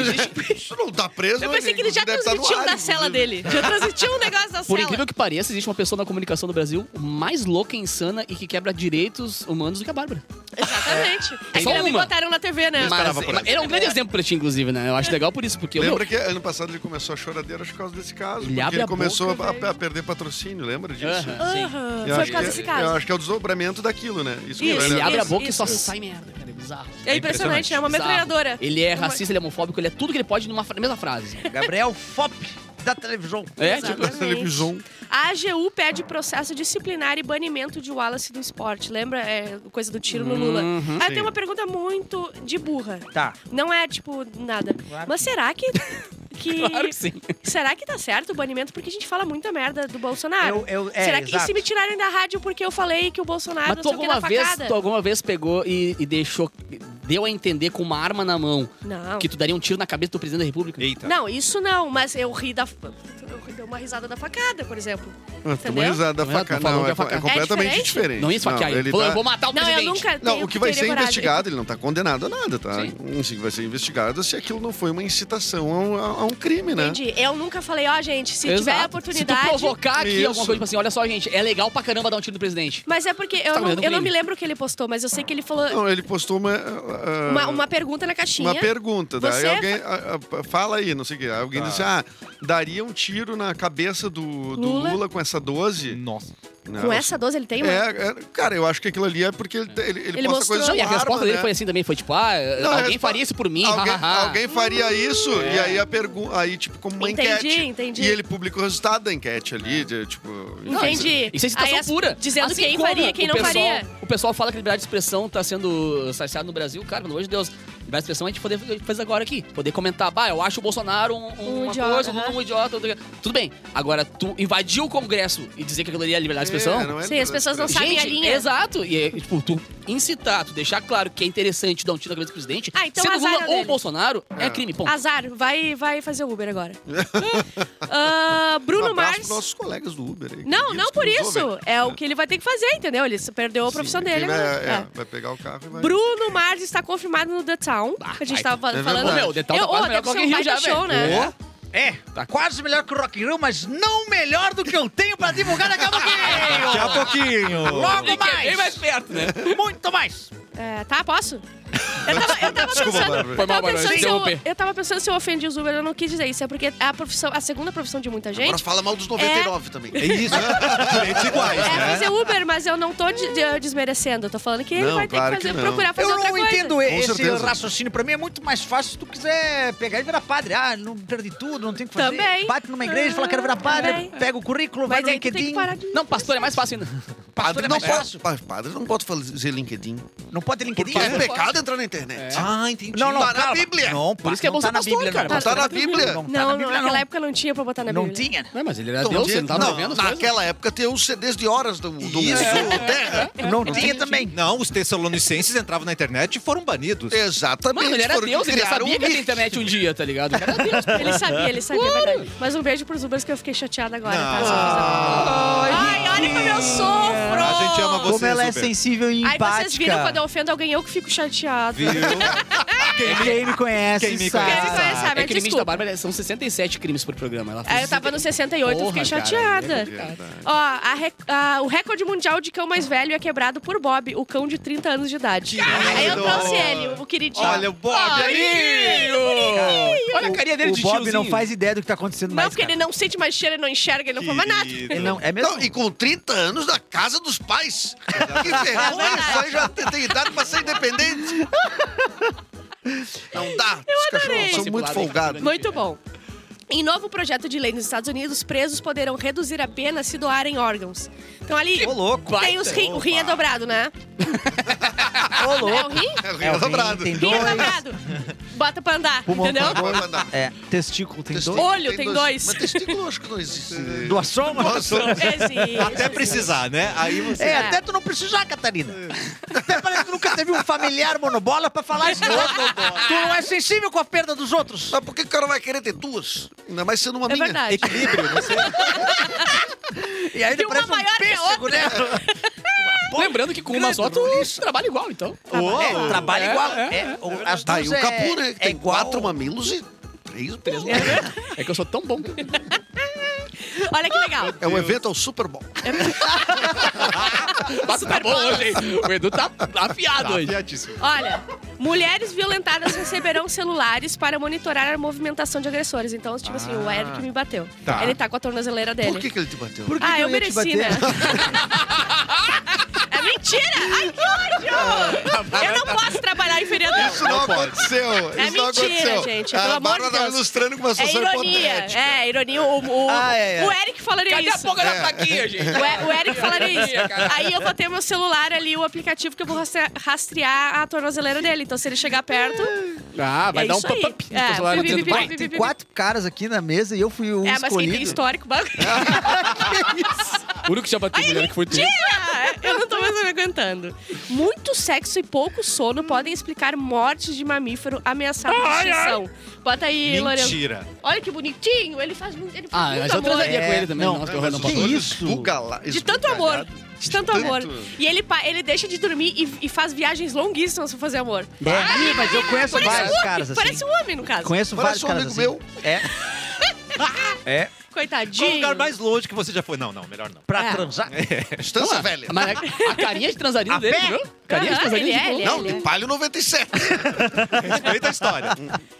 Isso não tá preso.
Eu
né?
pensei que ele já
Deve estar no
transmitiu um
ar,
da cela
inclusive.
dele. Já transmitiu um negócio da
Por
cela.
incrível que pareça, existe uma pessoa na comunicação do Brasil mais louca, insana e que quebra direitos humanos do que a Bárbara.
Exatamente. É, que
Só
ainda me
uma.
botaram na TV, né?
parava por
ele é um grande exemplo pra ti, inclusive, né? Eu acho legal por isso, porque...
Lembra
meu,
que ano passado ele começou a choradeira acho que por causa desse caso.
Ele
porque
abre a
ele começou
boca,
a-
velho.
a, perder patrocínio, lembra disso?
Aham.
Aham,
Eu
Foi
acho
por causa
que-
desse
Eu
caso.
acho que é o desdobramento daquilo, né? Isso, que
Isso,
foi,
Ele
né?
abre a
Isso,
boca e só
isso.
sai merda, cara. É bizarro.
É impressionante, é uma
Bizarro.
metralhadora.
Ele é
Uma-
racista, ele é homofóbico, ele é tudo que ele pode numa fra- mesma frase.
Gabriel Fop, da televisão.
É,
Exato.
tipo...
Na televisão.
A AGU pede processo disciplinar e banimento de Wallace do esporte. Lembra? É, coisa do tiro no Lula.
Uhum.
ah, tem uma pergunta muito de burra.
Tá.
Não é, tipo, nada. Mas será que... que-
Claro que sim.
Será que tá certo o banimento? Porque a gente fala muita merda do Bolsonaro.
Eu- eu- é,
será que e
exato.
se me tirarem da rádio porque eu falei que o Bolsonaro
Mas tu
Ah, não sei o que
alguma,
na
vez,
facada?
tu alguma vez pegou e, e deixou... Deu a entender com uma arma na mão
Não.
que tu daria um tiro na cabeça do presidente da república?
Eita.
Não, isso não, mas eu ri da. Eu dei uma risada da facada, por exemplo.
Ah, Tomou
Entendeu?
risada da
Não é- não
faca.
falou
Não,
que
é,
é faca.
é completamente
É diferente?
diferente.
Não ia esfaquear ele.
ele
Falou,
tá-
eu vou matar o
Não, eu
presidente.
nunca.
Não,
tenho-
o que vai ser
teria coragem.
investigado, ele não tá condenado a nada, tá?
Sim.
Sim, vai ser investigado se aquilo não foi uma incitação a um, a- a um crime, né?
Entendi. Eu nunca falei, ó, gente, se
Exato.
tiver a
Se
oportunidade.
tu provocar aqui
Isso.
alguma coisa, tipo assim, olha só, gente, é legal pra caramba dar um tiro no presidente.
Mas é porque eu,
Tá
não,
vendo
eu não
crime.
me lembro o que ele postou, mas eu sei que ele falou
Não, ele postou uma... ah,
uma, uma pergunta na caixinha.
Uma pergunta, daí
Você-
alguém. a- a- fala aí, não sei o quê. Aí Alguém disse: Ah, daria um tiro na cabeça do, do
Lula?
Lula. com essa 12?
Nossa.
Com essa 12 ele tem, mano?
É, é, cara, eu acho que aquilo ali é porque ele, ele, ele,
Ele
posta
mostrou.
coisas
Não,
com
E a
arma,
resposta dele
né?
foi assim também, foi tipo, ah,
Não, a
alguém
resposta-
faria isso por mim,
Alguém,
hahaha.
alguém faria isso, e aí a pergunta. Aí, tipo, como uma
Entendi,
enquete.
entendi.
E ele publica o resultado da enquete ali, de, tipo. enfim.
Entendi.
Isso é
Aí
citação
as-
pura.
Dizendo
Assim
quem
como
faria, quem
o
não
pessoal-
faria.
O pessoal fala que liberdade de expressão tá sendo saciado no Brasil. Cara, pelo amor de Deus. Liberdade de expressão a gente poder, fez agora aqui. Poder comentar, bah, eu acho o Bolsonaro um, um-
Um
uma
idiota,
coisa, um,
aham.
um idiota. outra- Tudo bem. Agora, tu invadiu o Congresso e dizer que aquilo ali é liberdade de
É,
expressão?
não é
Sim, as pessoas não
verdade.
sabem
Gente,
a linha.
exato. E, é, tipo, tu incitar, tu deixar claro que é interessante dar um tiro na cabeça do presidente,
Ah, então
sendo
azar
Lula
é
ou
dele.
Bolsonaro, é, crime, ponto.
Azar, vai, vai fazer o Uber agora. Ah, Bruno
um abraço
Mars.
pros nossos colegas do Uber. aí, que
Não,
eles
não
que
por
nos
isso.
ouvem.
É o que ele vai ter que fazer, entendeu? Ele se perdeu a profissão
Sim,
dele
quem vai-
agora.
é,
É.
Vai pegar o carro e vai.
Bruno Mars está confirmado no The Town. que a gente tava
É
falando.
verdade.
Ô, meu, The Town tá
Eu-
quase
ô,
melhor
deve
que
ser
o Rock in Rio
um baita
já,
show,
velho.
né?
É, tá quase melhor que o Rock in Rio, mas não melhor do que eu tenho pra divulgar daqui a
Daqui a
pouquinho.
pouquinho.
Logo
É bem mais
mais,
perto, né?
muito mais.
É, tá, posso? Eu tava, eu tava
Desculpa,
pensando,
Bárbara.
Foi
eu
mal,
tava
Bárbara,
pensando se eu,
interromper.
eu tava pensando se eu ofendi os Uber, eu não quis dizer isso, é porque é a profissão, a segunda profissão de muita
Agora
gente
fala mal dos 99 também.
É isso. Direitos iguais,
é
né?
fazer Uber, mas eu não tô de- de- desmerecendo, eu tô falando que ele
Não,
vai ter
claro
que, fazer,
que não.
procurar fazer
Eu
outra
não
coisa.
entendo esse
certeza.
raciocínio. Pra mim é muito mais fácil se tu quiser pegar e virar padre. Ah, não perdi tudo, não tem o que fazer.
Também.
Bate numa igreja, fala quero virar padre,
Também.
pega o currículo, vai
Mas
no
aí tu tem
LinkedIn.
que parar de...
Não, pastor é mais fácil ainda.
Pastor é
não
mais fácil.
pode, padre não pode fazer LinkedIn.
Não pode ter LinkedIn?
É pecado entrar na
É.
internet.
Ah, entendi.
Não, não,
Tá na
calma.
Bíblia.
Não,
Por isso que é
não
bom
tá
ser
na
pastor,
Bíblia,
cara.
não.
Tá na Bíblia.
Não, tá na
Não, não,
Bíblia,
naquela
não.
época não tinha pra botar na
Não
Bíblia.
tinha.
Não, mas ele era
Então,
Deus,
de-
você um não tava
não,
vendo as coisas? É.
naquela época tem os CDs de horas do, do,
Isso.
do Terra.
Não É, tinha também. É,
Não, os tessalonicenses entravam na internet e foram banidos.
Exatamente.
Mano, ele era
foram
Deus, ele
criar
sabia
um
que ia ter
mito.
internet um dia, tá ligado? O cara era Deus.
Ele sabia, ele sabia, é verdade. Mas um beijo pros Ubers que eu fiquei chateada agora,
Ah,
tá?
Não.
Ah,
Ai, olha como eu sofro!
A gente ama vocês,
Como ela é
Uber.
sensível e
Aí
empática.
vocês viram quando eu ofendo alguém, eu que fico chateada.
Viu?
Quem me conhece
Quem me
sabe.
Quem me conhece sabe,
É que o limite
desculpa.
da Bárbara são 67 crimes por programa. Ela fez
Aí eu tava no 68, eu fiquei
Porra, cara,
chateada.
é verdade.
Ó, a re- a- o recorde mundial de cão mais velho é quebrado por Bob, o cão de 30 anos de idade. Aí eu trouxe ele, o queridinho.
Olha o Bob ali!
Olha a carinha dele
o
de
Bob
tiozinho.
não faz ideia do que tá acontecendo
não,
mais,
porque
cara.
ele não sente mais cheiro, ele não enxerga, ele não fuma mais nada.
Querido.
Ele não... É mesmo?
Não, e com 30 anos na casa dos pais. Que ferrou, isso aí já tem tem idade pra ser independente. Não dá. Os cachorros são muito
Esse
folgados.
lado aí.
Muito bom. Em novo projeto de lei nos Estados Unidos, presos poderão reduzir a pena se doarem órgãos. Então ali
Ô, louco.
tem os rim, o rim é dobrado, né?
Ô,
É o
louco.
rim?
É,
É,
o rim é
o rim
dobrado.
tem
Rim é
dois.
dobrado. Bota pra andar,
Pulmão
entendeu?
tem dois.
Vai andar.
É, testículo tem
Testículo
dois.
Olho tem dois.
Mas testículo acho que não existe.
Doação, mas...
Doação.
Existe.
Até precisar, né? Aí você.
É, até tu não precisar, Catarina. Até parece que tu nunca teve um familiar monobola pra falar isso. tu não é sensível com a perda dos outros.
Mas por que o cara vai querer ter duas? Ainda mais sendo uma
É
minha.
verdade.
E ainda
Que uma
parece
maior
um
que a
pêssego, né?
Lembrando que com uma só tu trabalha igual, então.
É, trabalha
É,
igual.
é,
É, o- As
Tá, e
duas
o Capu,
é-
né? que
é
Tem
igual.
quatro mamilos e três. Três
É que eu sou tão bom.
Olha que legal.
É um evento ao Super Bowl.
Passa tá bom hoje, hein? O Edu tá afiado hoje.
Afiadíssimo.
Olha, mulheres violentadas receberão celulares para monitorar a movimentação de agressores. Então, tipo assim, o Eric me bateu.
Tá.
Ele tá com a tornozeleira dele.
Por que, que ele te bateu?
Ah. Por que
ah,
que
eu
ia te
mereci, né?
bater?
é mentira! Ai, que ódio! Eu não posso trabalhar em feriadão.
Isso não aconteceu.
É
isso não
mentira,
aconteceu.
gente,
A
pelo amor
Bárbara
de
tava
Deus.
ilustrando com uma
É
situação
ironia.
hipotética.
É, ironia. O, o,
Ah, é, é.
o Eric falaria
Cadê a
isso.
boca da plaquinha, gente?
O, E- o Eric falaria isso. Aí eu vou ter meu celular ali, o aplicativo que eu vou rastre- rastrear a tornozeleira dele. Então, se ele chegar perto,
Ah, vai
É
dar um
isso aí.
pop-up.
É,
Tô falando,
pi, pi, pi,
vai.
pi, pi,
Tem quatro caras aqui na mesa e eu fui o
é, mas quem
escolhido.
tem histórico.
O único que já bateu mulher é que foi tu.
Mentira! Eu não tô mais me aguentando. Muito sexo e pouco sono podem explicar mortes de mamífero ameaçado de extinção. Bota aí, Lourenço.
Mentira.
Olha que bonitinho, ele faz muito, ele faz
Ah,
muito
mas eu
amor. É.
transaria com ele também.
não,
Nossa, que
Não,
horror,
mas
não
os
posso.
olhos
isso?
esbugala-
De tanto amor,
esbugalhados.
de tanto amor.
tanto-
E ele, pa- ele deixa de dormir e, e faz viagens longuíssimas pra fazer amor.
É, mas eu conheço
Parece um
vários
homem,
caras assim.
parece um homem, no caso.
Conheço
Parece
vários
um
caras
amigo
assim.
meu.
É,
Qual
Coitadinho.
o tá lugar mais longe que você já foi? Não, não, melhor não.
pra
É.
transar.
Distância velha.
Mas a a carinha de transarino
A
dele,
pé?
viu? Carinha de
Aham,
pesadelo de
ele é,
novo.
ele é.
Não, de palho 97.
Respeita a história.
Respeita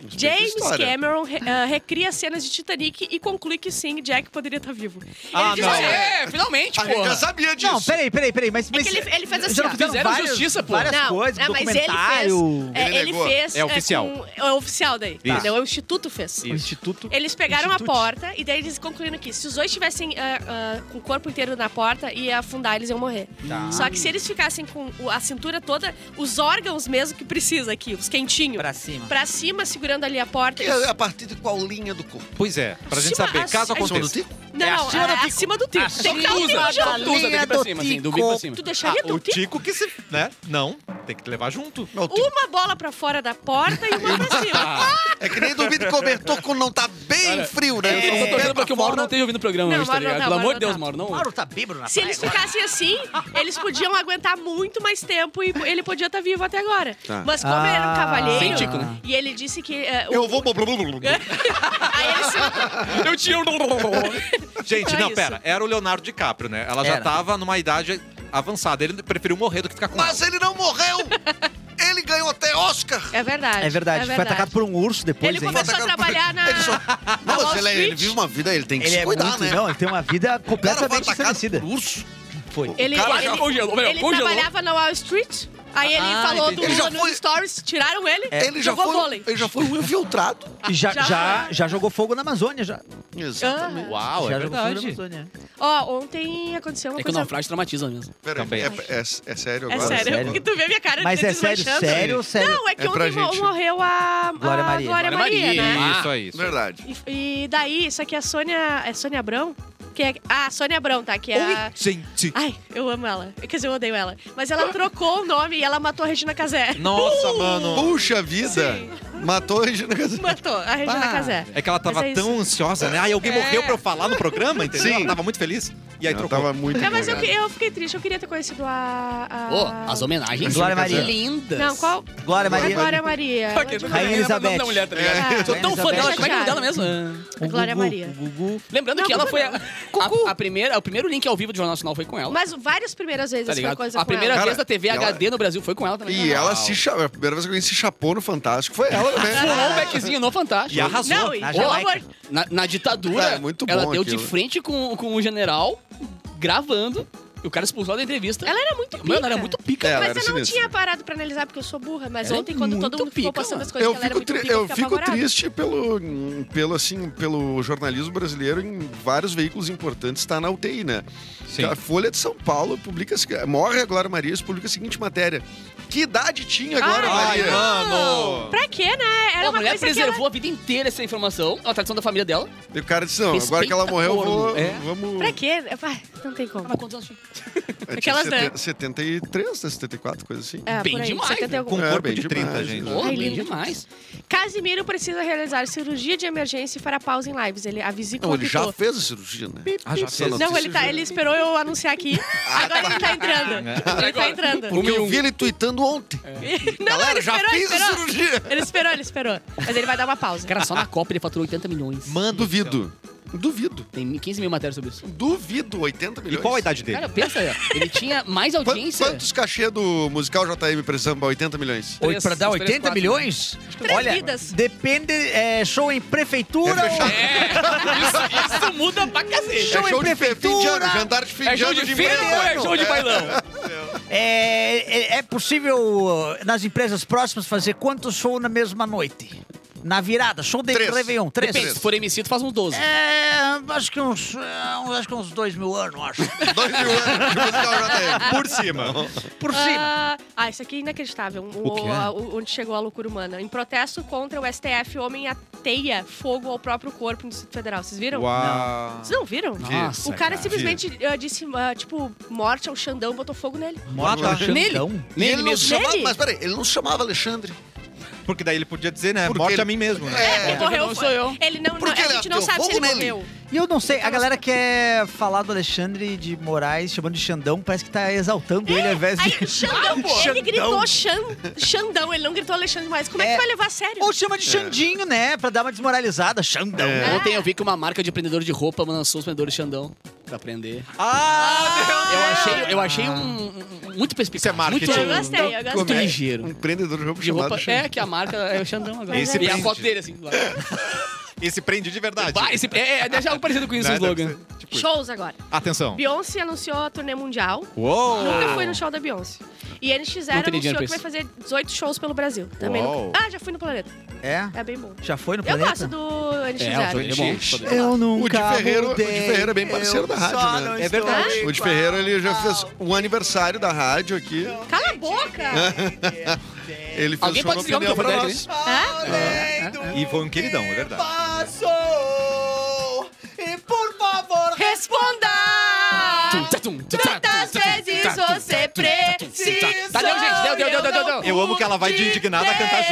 a
James
história.
Cameron re- ah, recria cenas de Titanic e conclui que sim, Jack poderia estar vivo.
Ah,
ele diz
não.
assim,
É, finalmente,
A gente já
pô.
sabia disso.
Não, peraí, peraí, peraí. Mas, mas
ele- ele faz
já
assim,
não
ó.
fizeram
Fizeram
várias-
justiça, pô.
Várias
Não,
coisas,
não, mas ele fez.
documentário.
é,
Ele
ele
negou.
fez.
É oficial.
com- é oficial daí.
Isso.
Entendeu? É o instituto fez.
O Instituto.
Eles pegaram
Institute.
a porta e daí eles concluíram que se os dois tivessem ah, ah, com o corpo inteiro na porta, ia afundar, eles iam morrer. Só que se eles ficassem com o- a cintura toda, os órgãos mesmo que precisa aqui, os quentinhos, pra,
Pra cima.
cima segurando ali a porta.
Que é a partir de qual linha do corpo?
Pois é, pra gente
Acima-
saber, caso
acima-
Acima do
aconteça.
tico?
Não,
É
não,
acima do
é
tico.
acima do tico. Tem que estar um
Tusa,
tico junto.
tusa daqui pra
do
cima, assim, do
tico.
bico pra cima.
Tu deixaria
Ah, O
do tico?
Tico que se. né? Não, tem que levar junto.
Não, o tico.
Uma bola pra fora da porta e uma pra cima.
É que nem dormir de cobertor quando não tá bem frio, né?
é, Eu
Um
só
pé
tô torcendo pra
pra
que o Mauro
fora.
não esteja ouvindo o programa
Não,
hoje, tá
Mauro não
ligado?
tá,
Pelo amor de
Mauro
Deus,
não.
Mauro, não.
Mauro tá bêbado na
Se eles
praia
ficassem assim, eles podiam aguentar muito mais tempo e ele podia estar vivo até agora.
Tá.
Mas como ele era um
Ah.
cavalheiro...
Sem tico, né?
E ele disse que... eh, o-
Eu vou... Não,
Aí ele se-
Eu te amo.
Gente,
Então é
não,
isso.
pera. Era o Leonardo DiCaprio, né? Ela já
Era.
tava numa idade avançada. Ele preferiu morrer do que ficar com
Mas ele não morreu! Ele ganhou até Oscar!
É verdade.
É verdade, foi atacado por um urso depois,
Ele
hein?
começou a É trabalhar na.
Ele só-
na
Não,
Wall
mas ele, é- ele
Street.
vive uma vida, ele tem que
Ele
se
é
cuidar,
muito,
né?
não, ele tem uma vida
o cara foi
completamente
atacado
estabelecida.
por urso.
Foi.
Ele,
O cara
ele,
já congelou, melhor,
ele
congelou.
trabalhava na Wall Street. Aí ele
Ah,
falou
entendi. É.
do
Ele já
Lula nos
foi-
stories, tiraram ele.
Ele já,
jogou
foi, um-
vôlei.
ele já foi um infiltrado.
E já,
Já-
já, já jogou fogo na Amazônia, já.
Exatamente.
Uau,
já
é
jogou fogo na
verdade.
Amazônia.
Ó, ontem aconteceu uma
É que o
coisa.
naufrágio traumatiza mesmo.
Peraí,
Também.
é, é- é sério
É
agora?
sério,
sério?
porque tu vê a minha cara
Mas
de
é sério,
desmanchando.
sério, sério.
Não, é que
É pra
ontem mo-
gente.
morreu a, a
Glória Maria.
Glória
Glória
Maria,
Maria,
né?
Isso aí. Isso. aí.
Verdade.
E, e daí, só que a Sônia. É Sônia Abrão? Quem é? Ah, a Sônia Abrão, tá? Que é a.
Gente.
Ai, eu amo ela. Quer dizer, eu odeio ela. Mas ela trocou o nome e ela matou a Regina Casé.
Nossa,
uh!
mano.
Puxa vida! Matou a Regina Casé.
Matou a Regina Casé.
É que ela tava
Mas é isso. É.
tão ansiosa, né? Ai, alguém morreu pra eu falar no programa, entendeu? Ela tava muito feliz. E aí
Ela
trocou.
Tava muito
É, mas eu,
empolgada.
que- eu fiquei triste, eu queria ter conhecido a. a...
Ô, as homenagens.
Glória Maria.
Lindas.
Não, qual?
Glória
Maria.
Maria.
Glória Maria. Ela é de-
Rainha Elizabeth.
Da mulher, tá ligado?
É.
Sou tão fã dela,
Elizabeth.
como é que é o nome dela mesmo? É.
O
Glória Maria.
O Gugu.
Lembrando
Não,
que ela
Gugu
foi a,
não.
a, a primeira, o primeiro link ao vivo do Jornal Nacional foi com ela.
Mas várias primeiras vezes
tá
foi
ligado?
coisa
A
com
primeira
ela.
ela.
vez da TV
Cara,
HD no Brasil foi com ela também.
E ela se chapou. A primeira vez que alguém se chapou no Fantástico foi ela,
Pulou um
né?
beckzinho no Fantástico.
E arrasou.
Não, e
Na
pelo
Jamaica.
amor.
Na, na ditadura,
É, muito bom
ela deu de
aquilo.
frente com, com o general, gravando, e o cara expulsou da entrevista.
Ela era muito pica.
Mano, ela era muito pica.
É, ela
Mas
era
eu não
sinistra.
tinha parado pra analisar, porque eu sou burra. Mas
Ela é
ontem, quando todo
muito
mundo ficou
pica,
passando
mano.
as coisas,
Eu
que ela era
fico,
muito
tri-
pica,
eu
fiquei
fico
apavorada.
triste pelo, pelo, assim, pelo jornalismo brasileiro em vários veículos importantes está na UTI, né?
Sim.
A Folha de São Paulo publica. Morre a Glória Maria, isso publica a seguinte matéria. Que idade tinha a Glória
Ai,
Ai,
Maria?
mano.
Pra quê, né? Era
Pô, a
uma
mulher
coisa que ela...
preservou a vida inteira essa informação, a tradição da família dela.
E o cara disse: não, agora
Respeita
que ela morreu, eu vou,
corno, é.
vamos.
Pra quê? Ai, Não tem como.
Mas quantos anos tinha?
É, tinha
Aquelas, né?
70, 73, né? 74, coisa assim.
É,
Bem
por aí,
demais,
70 e
né?
algum-
Com um
É,
corpo
bem
de 30,
demais,
gente.
né?
Pô,
Ai,
bem
lindo.
demais.
Casimiro precisa realizar cirurgia de emergência e fará pausa em lives. Ele, a vesícula
Não, ele já
pitou.
fez a cirurgia, né?
Ah, já fez.
Essa
Não,
notícia
ele, tá,
já-
ele esperou eu anunciar aqui. Agora ele tá entrando.
Né?
Ele tá entrando.
Um
Porque
e
eu
um.
vi ele tweetando ontem.
É. Não,
Galera,
ele
já
esperou, ele
fiz a
esperou.
cirurgia.
Ele esperou, ele esperou. Mas ele vai dar uma pausa.
Cara, só na Copa ele faturou 80 milhões.
Mano.
Duvido. Duvido.
Tem 15 mil matérias sobre isso.
Duvido, 80
E
milhões.
qual a idade dele?
Cara, pensa aí, ó. Ele tinha mais
Quan-
audiência.
Quantos cachê do musical JM precisamos pra 80 milhões?
Três,
Pra dar
três,
80
quatro.
milhões?
Três
Olha,
vidas.
depende, é, show em prefeitura
É fechado.
Isso, isso muda pra cacete.
show em
é show de fe- fim de
prefeitura.
ano, jantar de fim
É
de
show
ano
de
de
feira
manhã.
ou é show de bailão?
É, é- é possível uh, nas empresas próximas fazer quantos shows na mesma noite? Na virada, show de
Três.
Réveillon, três?
Depende, se for MC, tu faz um uns 12.
É, acho que uns, é, uns- acho que uns dois mil anos, acho.
Dois mil anos de musical JM.
Por cima.
Por cima.
Ah, ah, isso aqui é inacreditável. O-
O quê?
a- o- onde chegou a loucura humana. Em protesto contra o STF, homem ateia fogo ao próprio corpo no Distrito Federal. Vocês viram?
Uau.
Vocês não viram?
Nossa,
o cara, simplesmente ah, disse, ah, tipo, morte ao Xandão e botou fogo nele.
Mota
Nele.
Xandão.
E ele
Nele
não se
mesmo.
chamava,
Nele?
mas peraí, ele não se chamava Alexandre.
Porque daí ele podia dizer, né?
Porque
Morte
ele-
a mim mesmo, né?
É,
Ele morreu.
não sou eu.
Ele não,
Por que
não-
ele
a gente não
ateou
sabe se
fogo
ele
nele?
morreu.
E eu não sei, a galera quer falar do Alexandre de Moraes, chamando de Xandão, parece que tá exaltando ele ao invés de...
Aí, Xandão, ele gritou Xan, Xandão, ele não gritou Alexandre mais. Como é,
É.
que vai levar a sério?
Ou chama de
É.
Xandinho, né? Pra dar uma desmoralizada. Xandão.
Ah.
Ontem eu vi que uma marca de prendedor de roupa lançou os prendedores Xandão. pra aprender.
Ah,
Eu achei, eu achei um, um- um- muito perspicaz.
Isso é marketing.
Muito,
Eu gostei, eu gostei.
Muito ligeiro.
Um prendedor de roupa
De
chamado
roupa,
Xandão.
é, que a marca é o Xandão agora.
Esse
e a
prende.
foto dele, assim. lá.
Deus! Esse prende de verdade.
Bah, esse, é, é, deixa algo parecido com isso o
Né? Deve
slogan.
ser, tipo,
Shows agora.
Atenção.
Beyoncé anunciou a turnê mundial.
Uou!
Nunca fui no show da Beyoncé. E eles
Não
fizeram
teria
um show
dinheiro
que
pra
vai fazer 18 shows pelo Brasil. Também
Uau.
nunca- Ah, já fui no Planeta.
É?
É bem bom.
Já foi no
Eu
planeta?
gosto do NX
É, o show
Zero.
dele é bom. o show dele é bom.
Eu
O de Ferreiro, o de Ferreiro é bem parceiro da rádio, né?
É verdade.
O de Ferreiro, ele já fez o aniversário da rádio aqui.
Cala a boca!
Ele fez
Alguém
show
pode desligar o
no
microfone
Pneu
dele, né?
pra nós.
Hã?
E foi um queridão, é verdade.
Passou! E por favor,
Responda!
Tum, tum, tum, tum,
Quantas
tum, tum,
vezes
tum, tum,
você
tum, tum, tum, tum. Tá, deu, gente. Deu, deu, deu, deu, deu, deu.
Eu amo que ela vai de indignada a cantar junto.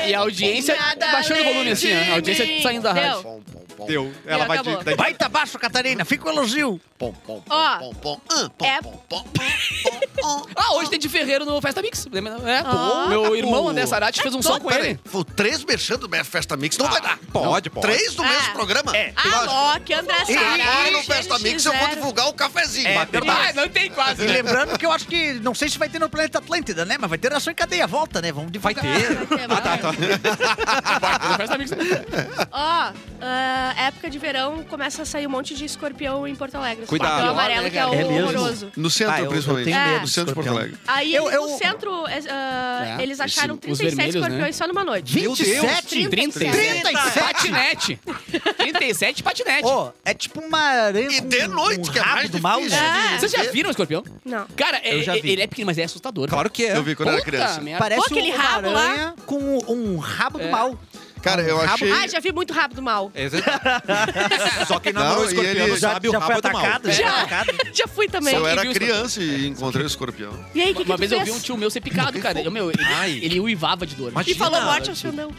Não, e a audiência
Nada
baixando o volume,
além
assim, né?
de
A audiência
mim.
saindo da
Deu.
rádio.
Pom, pom, pom,
Deu. Ela
E
vai
acabou.
de. da-
Baita baixo, Catarina. Fica o elogio.
pom, pom, pom,
Ó,
pom, pom, ah, pom,
é-
pom, pom, pom, pom.
Ah, hoje tem de Ferreiro no Festa Mix. Lembra? É,
Ah.
meu irmão André Sarati fez um som com
Pera
ele.
aí, Foi três mexendo do Minha Festa Mix, não vai dar.
Pode, pode.
Três no
Ah.
mesmo programa? É.
Alô, que André
E um no
Sarati,
Festa Mix eu vou
NX Zero.
divulgar o cafezinho.
É
Bater-
Ah, não tem
É.
quase.
E lembrando que eu acho que, não sei se vai ter no Planeta Atlântida, né? Mas vai ter ação em cadeia, volta, né? Vamos
Vai
divulgar.
ter.
Vai ter,
Ah, tá,
vai.
tá.
Festa Mix.
Ó, ah, época de verão começa a sair um monte de escorpião em Porto Alegre.
Cuidado.
Escorpião amarelo, que é,
É
o
mesmo?
horroroso.
No centro,
Ah, eu- eu
principalmente.
tenho
É. medo
No
de
centro de Porto
escorpião.
Alegro.
Aí
Eu-
eles,
eu-
no centro, eh, ah,
É,
eles
esse-
acharam
os
37
vermelhos, né?
escorpiões só numa noite.
Meu Deus.
27?
37.
37 patinete. 37 patinete.
Ô, é tipo uma aranha
E
com
de noite,
um
que é
rabo
mais
do mal,
difícil.
né?
É.
Vocês já viram o escorpião?
Não.
Cara, é-
Eu já
é-
vi.
ele é pequeno, mas é assustador.
Claro que é.
Eu vi quando era
Puta
criança.
merda.
Parece um-
Pô, aquele
uma
rabo lá.
aranha com um rabo do
É.
mal.
Cara, eu
Rabo-
achei...
Ah, já vi muito rápido mal.
Esse- Só quem namorou
Não,
o
e
escorpião
ele-
não sabe o
já foi
rabo do mal.
atacado, já foi atacado.
Já fui também.
Eu
quem
era
viu o
criança e encontrei o escorpião.
E aí, o que, que
Uma
tu
vez
fez?
eu vi um tio meu ser picado, cara. Eu, meu, ele,
Ai.
ele uivava de dor.
E
Imagina.
falou morte né? ao Xandão.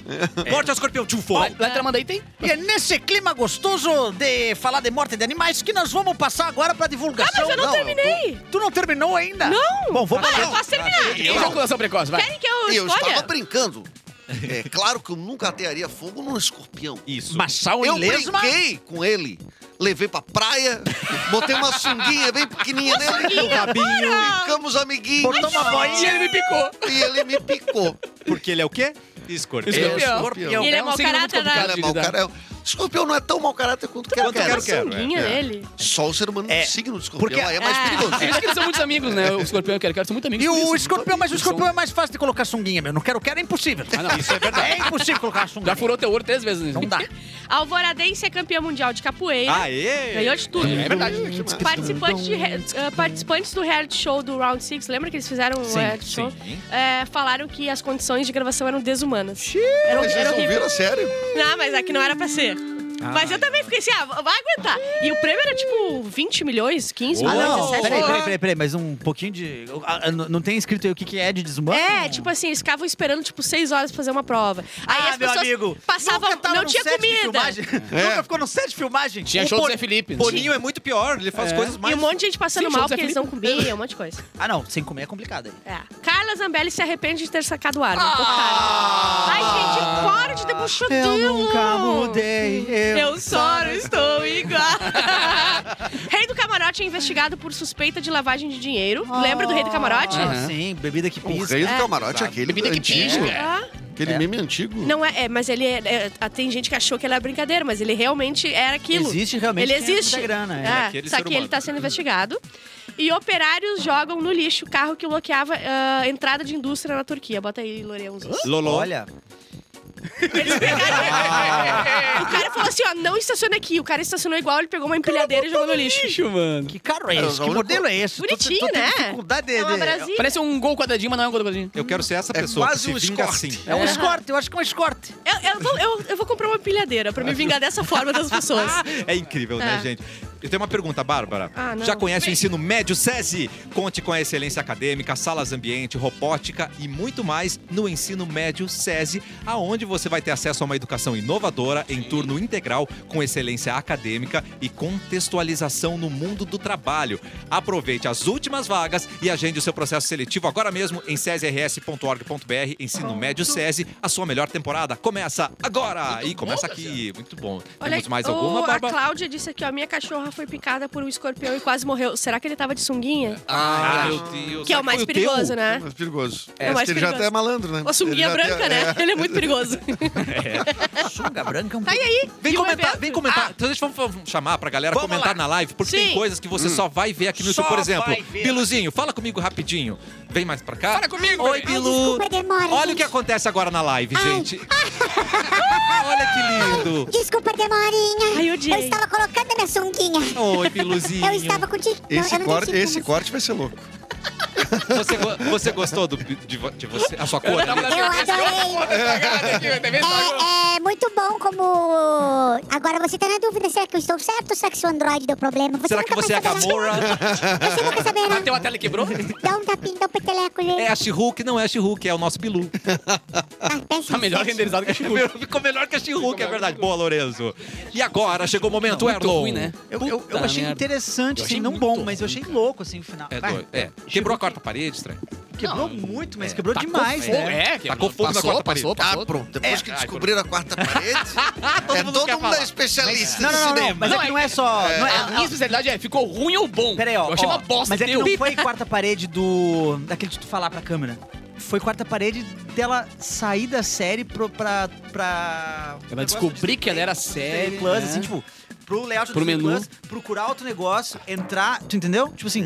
Morte ao escorpião, tio
Lá
fora.
lá em Tramandaí tem.
E é nesse clima gostoso de falar de morte de animais que nós vamos passar agora pra divulgação.
Ah, mas eu não terminei.
Tu, tu não terminou ainda? Não. Bom, vamos
Ah,
lá.
eu posso terminar.
Ejaculação precoce, vai.
Querem que eu
Eu
escolha?
estava brincando. É claro que eu nunca atearia fogo num escorpião.
Isso.
Machar o
Eu
inglês, mas-
brinquei com ele. Levei pra praia, botei uma sunguinha bem pequenininha nele.
sunguinha,
rabinho. Ficamos amiguinhos.
Botou uma
E ele
boinha.
me picou.
E ele me picou.
Porque ele é o quê? Escorpião.
Escorpião.
Escorpião.
Ele é mau
um signo muito
caráter, né?
complicado
Cara, é
de
mau
lidar.
cara. Escorpião não é tão mau caráter quanto quer.
Quanto
cara.
quero, quero.
Sunguinha
é.
nele.
Só o ser humano
É.
do signo do escorpião
Porque-
aí é mais
Ah.
perigoso.
Por isso que eles são muitos amigos, né? O escorpião e o quero quero são muito amigos.
E
por isso,
o
são
escorpião, mas o
amigos, são-
escorpião é mais fácil de colocar sunguinha, meu. Não quero, quero é impossível.
Ah, não, isso é verdade.
É impossível colocar sunguinha.
Já furou teu ouro três vezes. né?
Não dá.
Alvoradense é campeã mundial de capoeira.
Aê!
Ganhou de tudo.
É verdade.
né?
Participantes, de re- eh, participantes do reality show do Round Six, lembra que eles fizeram um reality show? Eh, falaram que as condições de gravação eram desumanas. Eram,
Mas
eram
Vocês
horríveis.
ouviram a sério?
Não, mas aqui não era pra ser. Mas eu também fiquei assim, ah, vai aguentar. E o prêmio era tipo 20 milhões, 15
Ah,
Ah,
milhões,
não.
17
Peraí,
milhões.
peraí, peraí, peraí. Mas um pouquinho de... ah, ah, não- não tem escrito aí o que que é de desumano?
É, tipo assim, eles ficavam esperando, tipo, seis horas pra fazer uma prova. Aí
ah,
as
meu
pessoas
amigo.
passavam,
nunca tava
não
num
tinha
set de
comida.
filmagem. Nunca ficou no set de filmagem.
É. Tinha
O
show do
Boni-
Zé Felipe. né?
Boninho é muito pior, ele faz coisas mais.
E um monte de gente passando
Sim, show
mal
do Zé
porque eles não comiam, um monte de coisa.
Ah, não. Sem comer é complicado aí.
É. Carla Zambelli se arrepende de ter sacado arma. Ah! Ai, gente, para de debochadilo. Eu, só não estou igual. Rei do Camarote é investigado por suspeita de lavagem de dinheiro.
Ah.
Lembra do Rei do Camarote?
Aham.
Sim, bebida que
O
pisa.
rei do camarote é aquele
Bebida que
antigo. É.
pisca.
Ah,
Aquele meme antigo.
Não é, é, mas ele é, é, ah, tem gente que achou que ele era brincadeira, mas ele realmente era aquilo.
Existe realmente
Ele
quem é
existe.
da grana, é.
É,
Aquele
só
ser
que
humano.
ele tá sendo investigado. E operários jogam no lixo o carro que bloqueava ah, a entrada de indústria na Turquia. Bota aí, Lorenzo.
Lolo.
Olha,
Eles pegaram. o cara falou assim: ó, não estaciona aqui. O cara estacionou igual, ele pegou uma empilhadeira e jogou no lixo.
Bicho, mano.
que carro é
É,
esse?
o
Que
único-
modelo é esse? Tô- tô- tô
Bonitinho,
tendo
né?
dificuldade de-
É uma
de-
Brasília.
Parece um gol quadradinho, mas não é um gol quadradinho.
Eu quero ser essa
É
pessoa.
quase
que
um
se vinga
escorte.
assim.
É um escorte, eu acho que é um escorte.
Eu, eu vou, eu, eu vou comprar uma empilhadeira pra me vingar dessa forma das pessoas.
É incrível, né,
É.
gente? Eu tenho uma pergunta, Bárbara.
Ah, não.
Já conhece o ensino médio SESI? Conte com a excelência acadêmica, salas ambiente, robótica e muito mais no ensino médio SESI, aonde você vai ter acesso a uma educação inovadora em turno integral com excelência acadêmica e contextualização no mundo do trabalho. Aproveite as últimas vagas e agende o seu processo seletivo agora mesmo em sesirs.org.br, ensino médio SESI. A sua melhor temporada começa agora! e começa aqui. Muito bom.
Olha,
Temos mais
o-
alguma,
a
Bárbara?
Cláudia disse aqui, ó, minha cachorra foi picada por um escorpião e quase morreu. Será que ele tava de sunguinha?
Ah,
Ah,
meu Deus.
que é o mais perigoso,
é
né?
mais perigoso.
É mais
Porque ele já
perigoso.
até é malandro, né?
A sunguinha
Ele já
branca,
até-
né?
é.
Ele é muito perigoso.
Sunga branca é um
Tá, e aí?
Vem
E o
comentar,
evento?
vem comentar. Então deixa eu vamos chamar pra galera
Vamos
comentar
lá.
na live, porque tem
Sim. Hum.
coisas que você só vai ver aqui no YouTube.
Só
Por exemplo,
vai ver.
Biluzinho, fala comigo rapidinho. Vem mais pra cá. Fala comigo! Oi, Bilu!
desculpa, demora,
Olha o
gente.
que acontece agora na live, gente. Olha que lindo!
Desculpa, demorinha.
Ai, odiei.
Eu estava colocando a minha sunguinha.
Oi, Biluzinho.
Eu estava contigo.
Esse,
eu não
corte,
tive
esse
como-
corte vai ser louco.
Você, go- você gostou do- de, vo- de você, a sua cor? né?
Eu adorei.
tá
É, é muito bom como... Agora você tá na dúvida, será que eu estou certo ou será que seu Android deu problema?
Será que
nunca vai
você é a
saberá.
Gamora?
Você nunca saberá.
Bateu a tela e quebrou?
Dá um tapinha, dá um peteleco, gente.
É a She-Hulk? Não é a She-Hulk, é o nosso Bilu.
Ah, péssimo.
Tá melhor renderizado que a Chico.
Ficou melhor que a She-Hulk, é verdade. Boa, Lorenzo. E agora chegou o momento,
Muito
Erlon.
ruim, né?
Eu, eu- eu
Puta
achei
merda.
interessante,
Eu
assim,
achei
não
muito
bom, mas eu
ruim,
achei louco, assim, o final.
É,
Vai,
doido. é. Quebrou a quarta-parede, estranho.
Quebrou muito, mas quebrou
Tacou
demais.
fogo,
né?
É,
Tacou fogo na
Passou,
quarta
passou,
parede.
passou.
Ah, pronto. Depois que
Ai,
descobriram a quarta parede, é
mundo
todo
quer
mundo
falar.
é especialista
Não,
em
não, não, não,
cinema.
mas é que não é só. não é-
A minha especialidade é, ficou ruim ou bom?
Peraí, ó.
Eu achei
ó,
uma bosta,
Mas é que
deu.
não foi quarta parede do. daquele de tu falar pra câmera. Foi quarta parede dela sair da série pro, pra. pra.
Ela descobri que ela era séria.
Série Plus,
né?
assim, tipo. Pro layout
Pro
do Disney
menu.
Plus, procurar outro negócio, entrar. Tu entendeu? Tipo assim.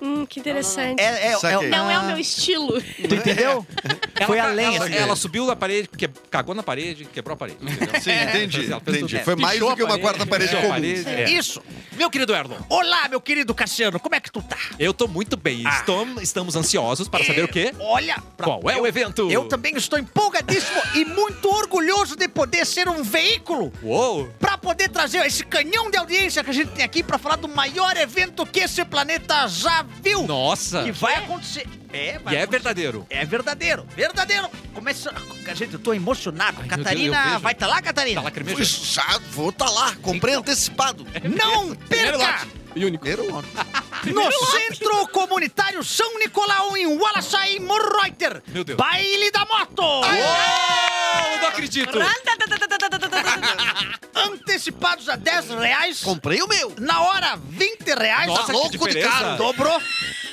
Hum, que interessante.
É, é,
Saquei.
Não é o meu estilo.
Tu entendeu?
Ela-
Foi além,
Ela,
assim.
ela subiu na parede, que, cagou na parede, quebrou a parede. entendeu?
Sim, entendi.
Ela fez
entendi.
tudo.
É. Foi mais
Pichou
do que uma
a
quarta parede
É,
comum.
parede, é.
Isso!
Meu querido Erlon,
Olá, meu querido Cassiano, como é que tu tá? É,
eu tô muito bem. Estom- estamos ansiosos para saber o quê?
Olha, pra-
Qual é o evento?
eu também estou empolgadíssimo e muito orgulhoso de poder ser um veículo
Uou!
pra poder trazer esse canhão de audiência que a gente tem aqui pra falar do maior evento que esse planeta já viu.
Nossa!
Que vai acontecer. É, vai
E é
acontecer.
verdadeiro.
É verdadeiro, verdadeiro. Começa. Gente, eu tô emocionado.
Ai, meu
Catarina,
Deus, eu vejo.
vai estar tá lá, Catarina?
Tá lacrimejando.
Fui já, vou tá lá, comprei antecipado.
Não
Primeiro
perca!
E único.
Primeiro lote.
No Centro Comunitário São Nicolau, em Wallace, Morreuter.
Meu Deus.
Baile da Moto. tá
Uou! Não acredito!
Ah, tá,
Ah, Antecipados a 10 reais.
Comprei o meu.
Na hora, 20 reais.
Nossa, que
louco de
diferença.
cara.
Dobrou.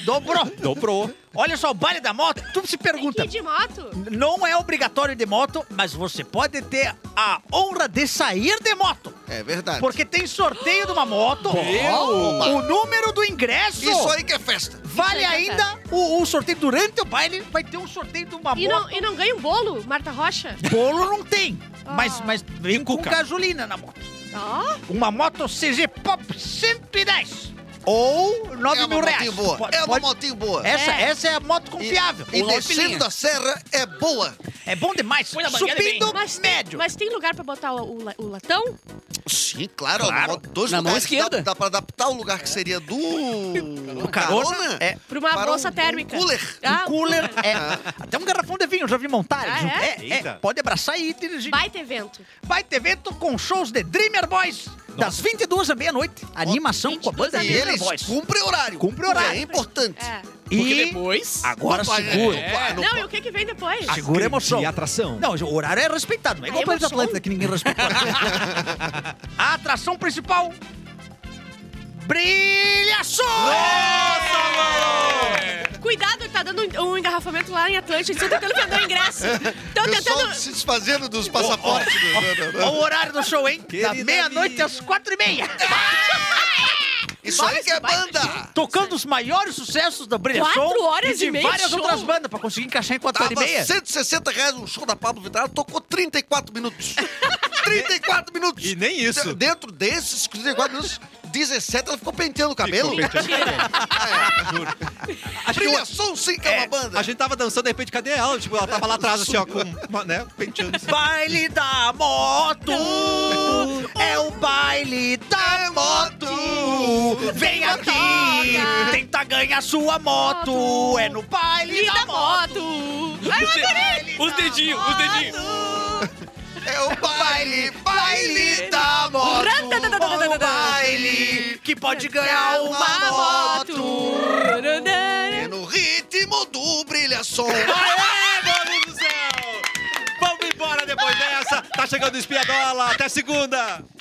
Dobrou.
Dobrou.
Olha só, o baile da moto, tu se pergunta.
Tem que ir de moto?
Não é obrigatório de moto, mas você pode ter a honra de sair de moto.
É verdade.
Porque tem sorteio de uma moto.
Meu!
O número do ingresso.
Isso aí que é festa.
Vale
Isso aí que é
ainda o, o sorteio durante o baile, vai ter um sorteio de uma
E
moto.
não, e não ganha um bolo, Marta Rocha?
Bolo não tem, mas,
Ah.
mas vem com
cuca?
gasolina na moto.
Ó,
Uma moto CG Pop 110 ou 9
é uma
mil reais.
motinho boa.
Pode-
é uma
pode-
motinho boa.
Essa,
É.
essa é a moto
E-
confiável.
E,
O
descendo
Lopelinha.
da serra é boa.
É bom demais.
Põe na banguela e
Subindo
mas, tem-
médio.
mas tem lugar pra botar o, o la- o latão?
Sim, claro.
Claro.
ó, Dois
Na mão
lugares que dá-
esquerda.
Dá, pra adaptar o lugar que seria do... Do
É.
Pra uma
para
bolsa
um- um
térmica.
cooler.
Ah,
um cooler. É. Até um garrafão de vinho, eu já vi montar.
Ah,
junto.
é?
É,
Eita.
Pode abraçar e dirigir. Vai.
Baita evento.
ter evento com shows de Dreamer Boys. Das 22 à meia-noite. Animação com a banda
E
Dreamer
Dreamer
eles
Boys.
cumprem horário.
Cumpre horário.
É importante. Ah,
É.
Porque
E
depois...
agora
Não pode-
segura.
não pode- não
Não, e o que que vem depois?
Ah,
Segura a emoção.
E
tá
atração.
Não, o horário é respeitado. Não é igual
Ah,
o Planeta
emoção?
Atlântida, que ninguém respeita. a atração principal... Brilha Sol!
Cuidado, tá dando um, um engarrafamento lá em Atlântico. Eles estão tentando vender o ingresso. Estão
Pessoal
tentando...
se desfazendo dos passaportes.
Olha o horário do show, hein?
Querida
da meia-noite
amiga.
às quatro e meia.
Isso aí que é banda.
Tocando os maiores sucessos da Brilha
Quatro
Sol
horas
e de
e meia
várias
show.
outras bandas, pra conseguir encaixar em quatro
Tava
horas e meia.
160 reais um show da Pablo Vittar, tocou 34 minutos. 34 minutos!
E nem isso.
D- Dentro desses 34 minutos, 17 ela ficou penteando o cabelo.
Acho que eu-
Brilha Sol sim que é uma banda.
A gente tava dançando, de repente, cadê ela? Tipo, ela tava lá atrás, assim, ó, com, uma, né, penteando. assim.
Baile da moto, é o baile
É
da moto. Vem aqui, tenta ganhar sua moto. É no baile da
Linda
moto.
moto! Ai, eu adorei!
Os dedinhos, os dedinhos.
É o baile, baile da moto.
É o baile que pode ganhar uma
Uma
moto.
É
moto!
no ritmo do Brilha Sol.
Aê, meu Deus do céu! Vamos embora depois dessa. Tá chegando o Espiadola. Até segunda.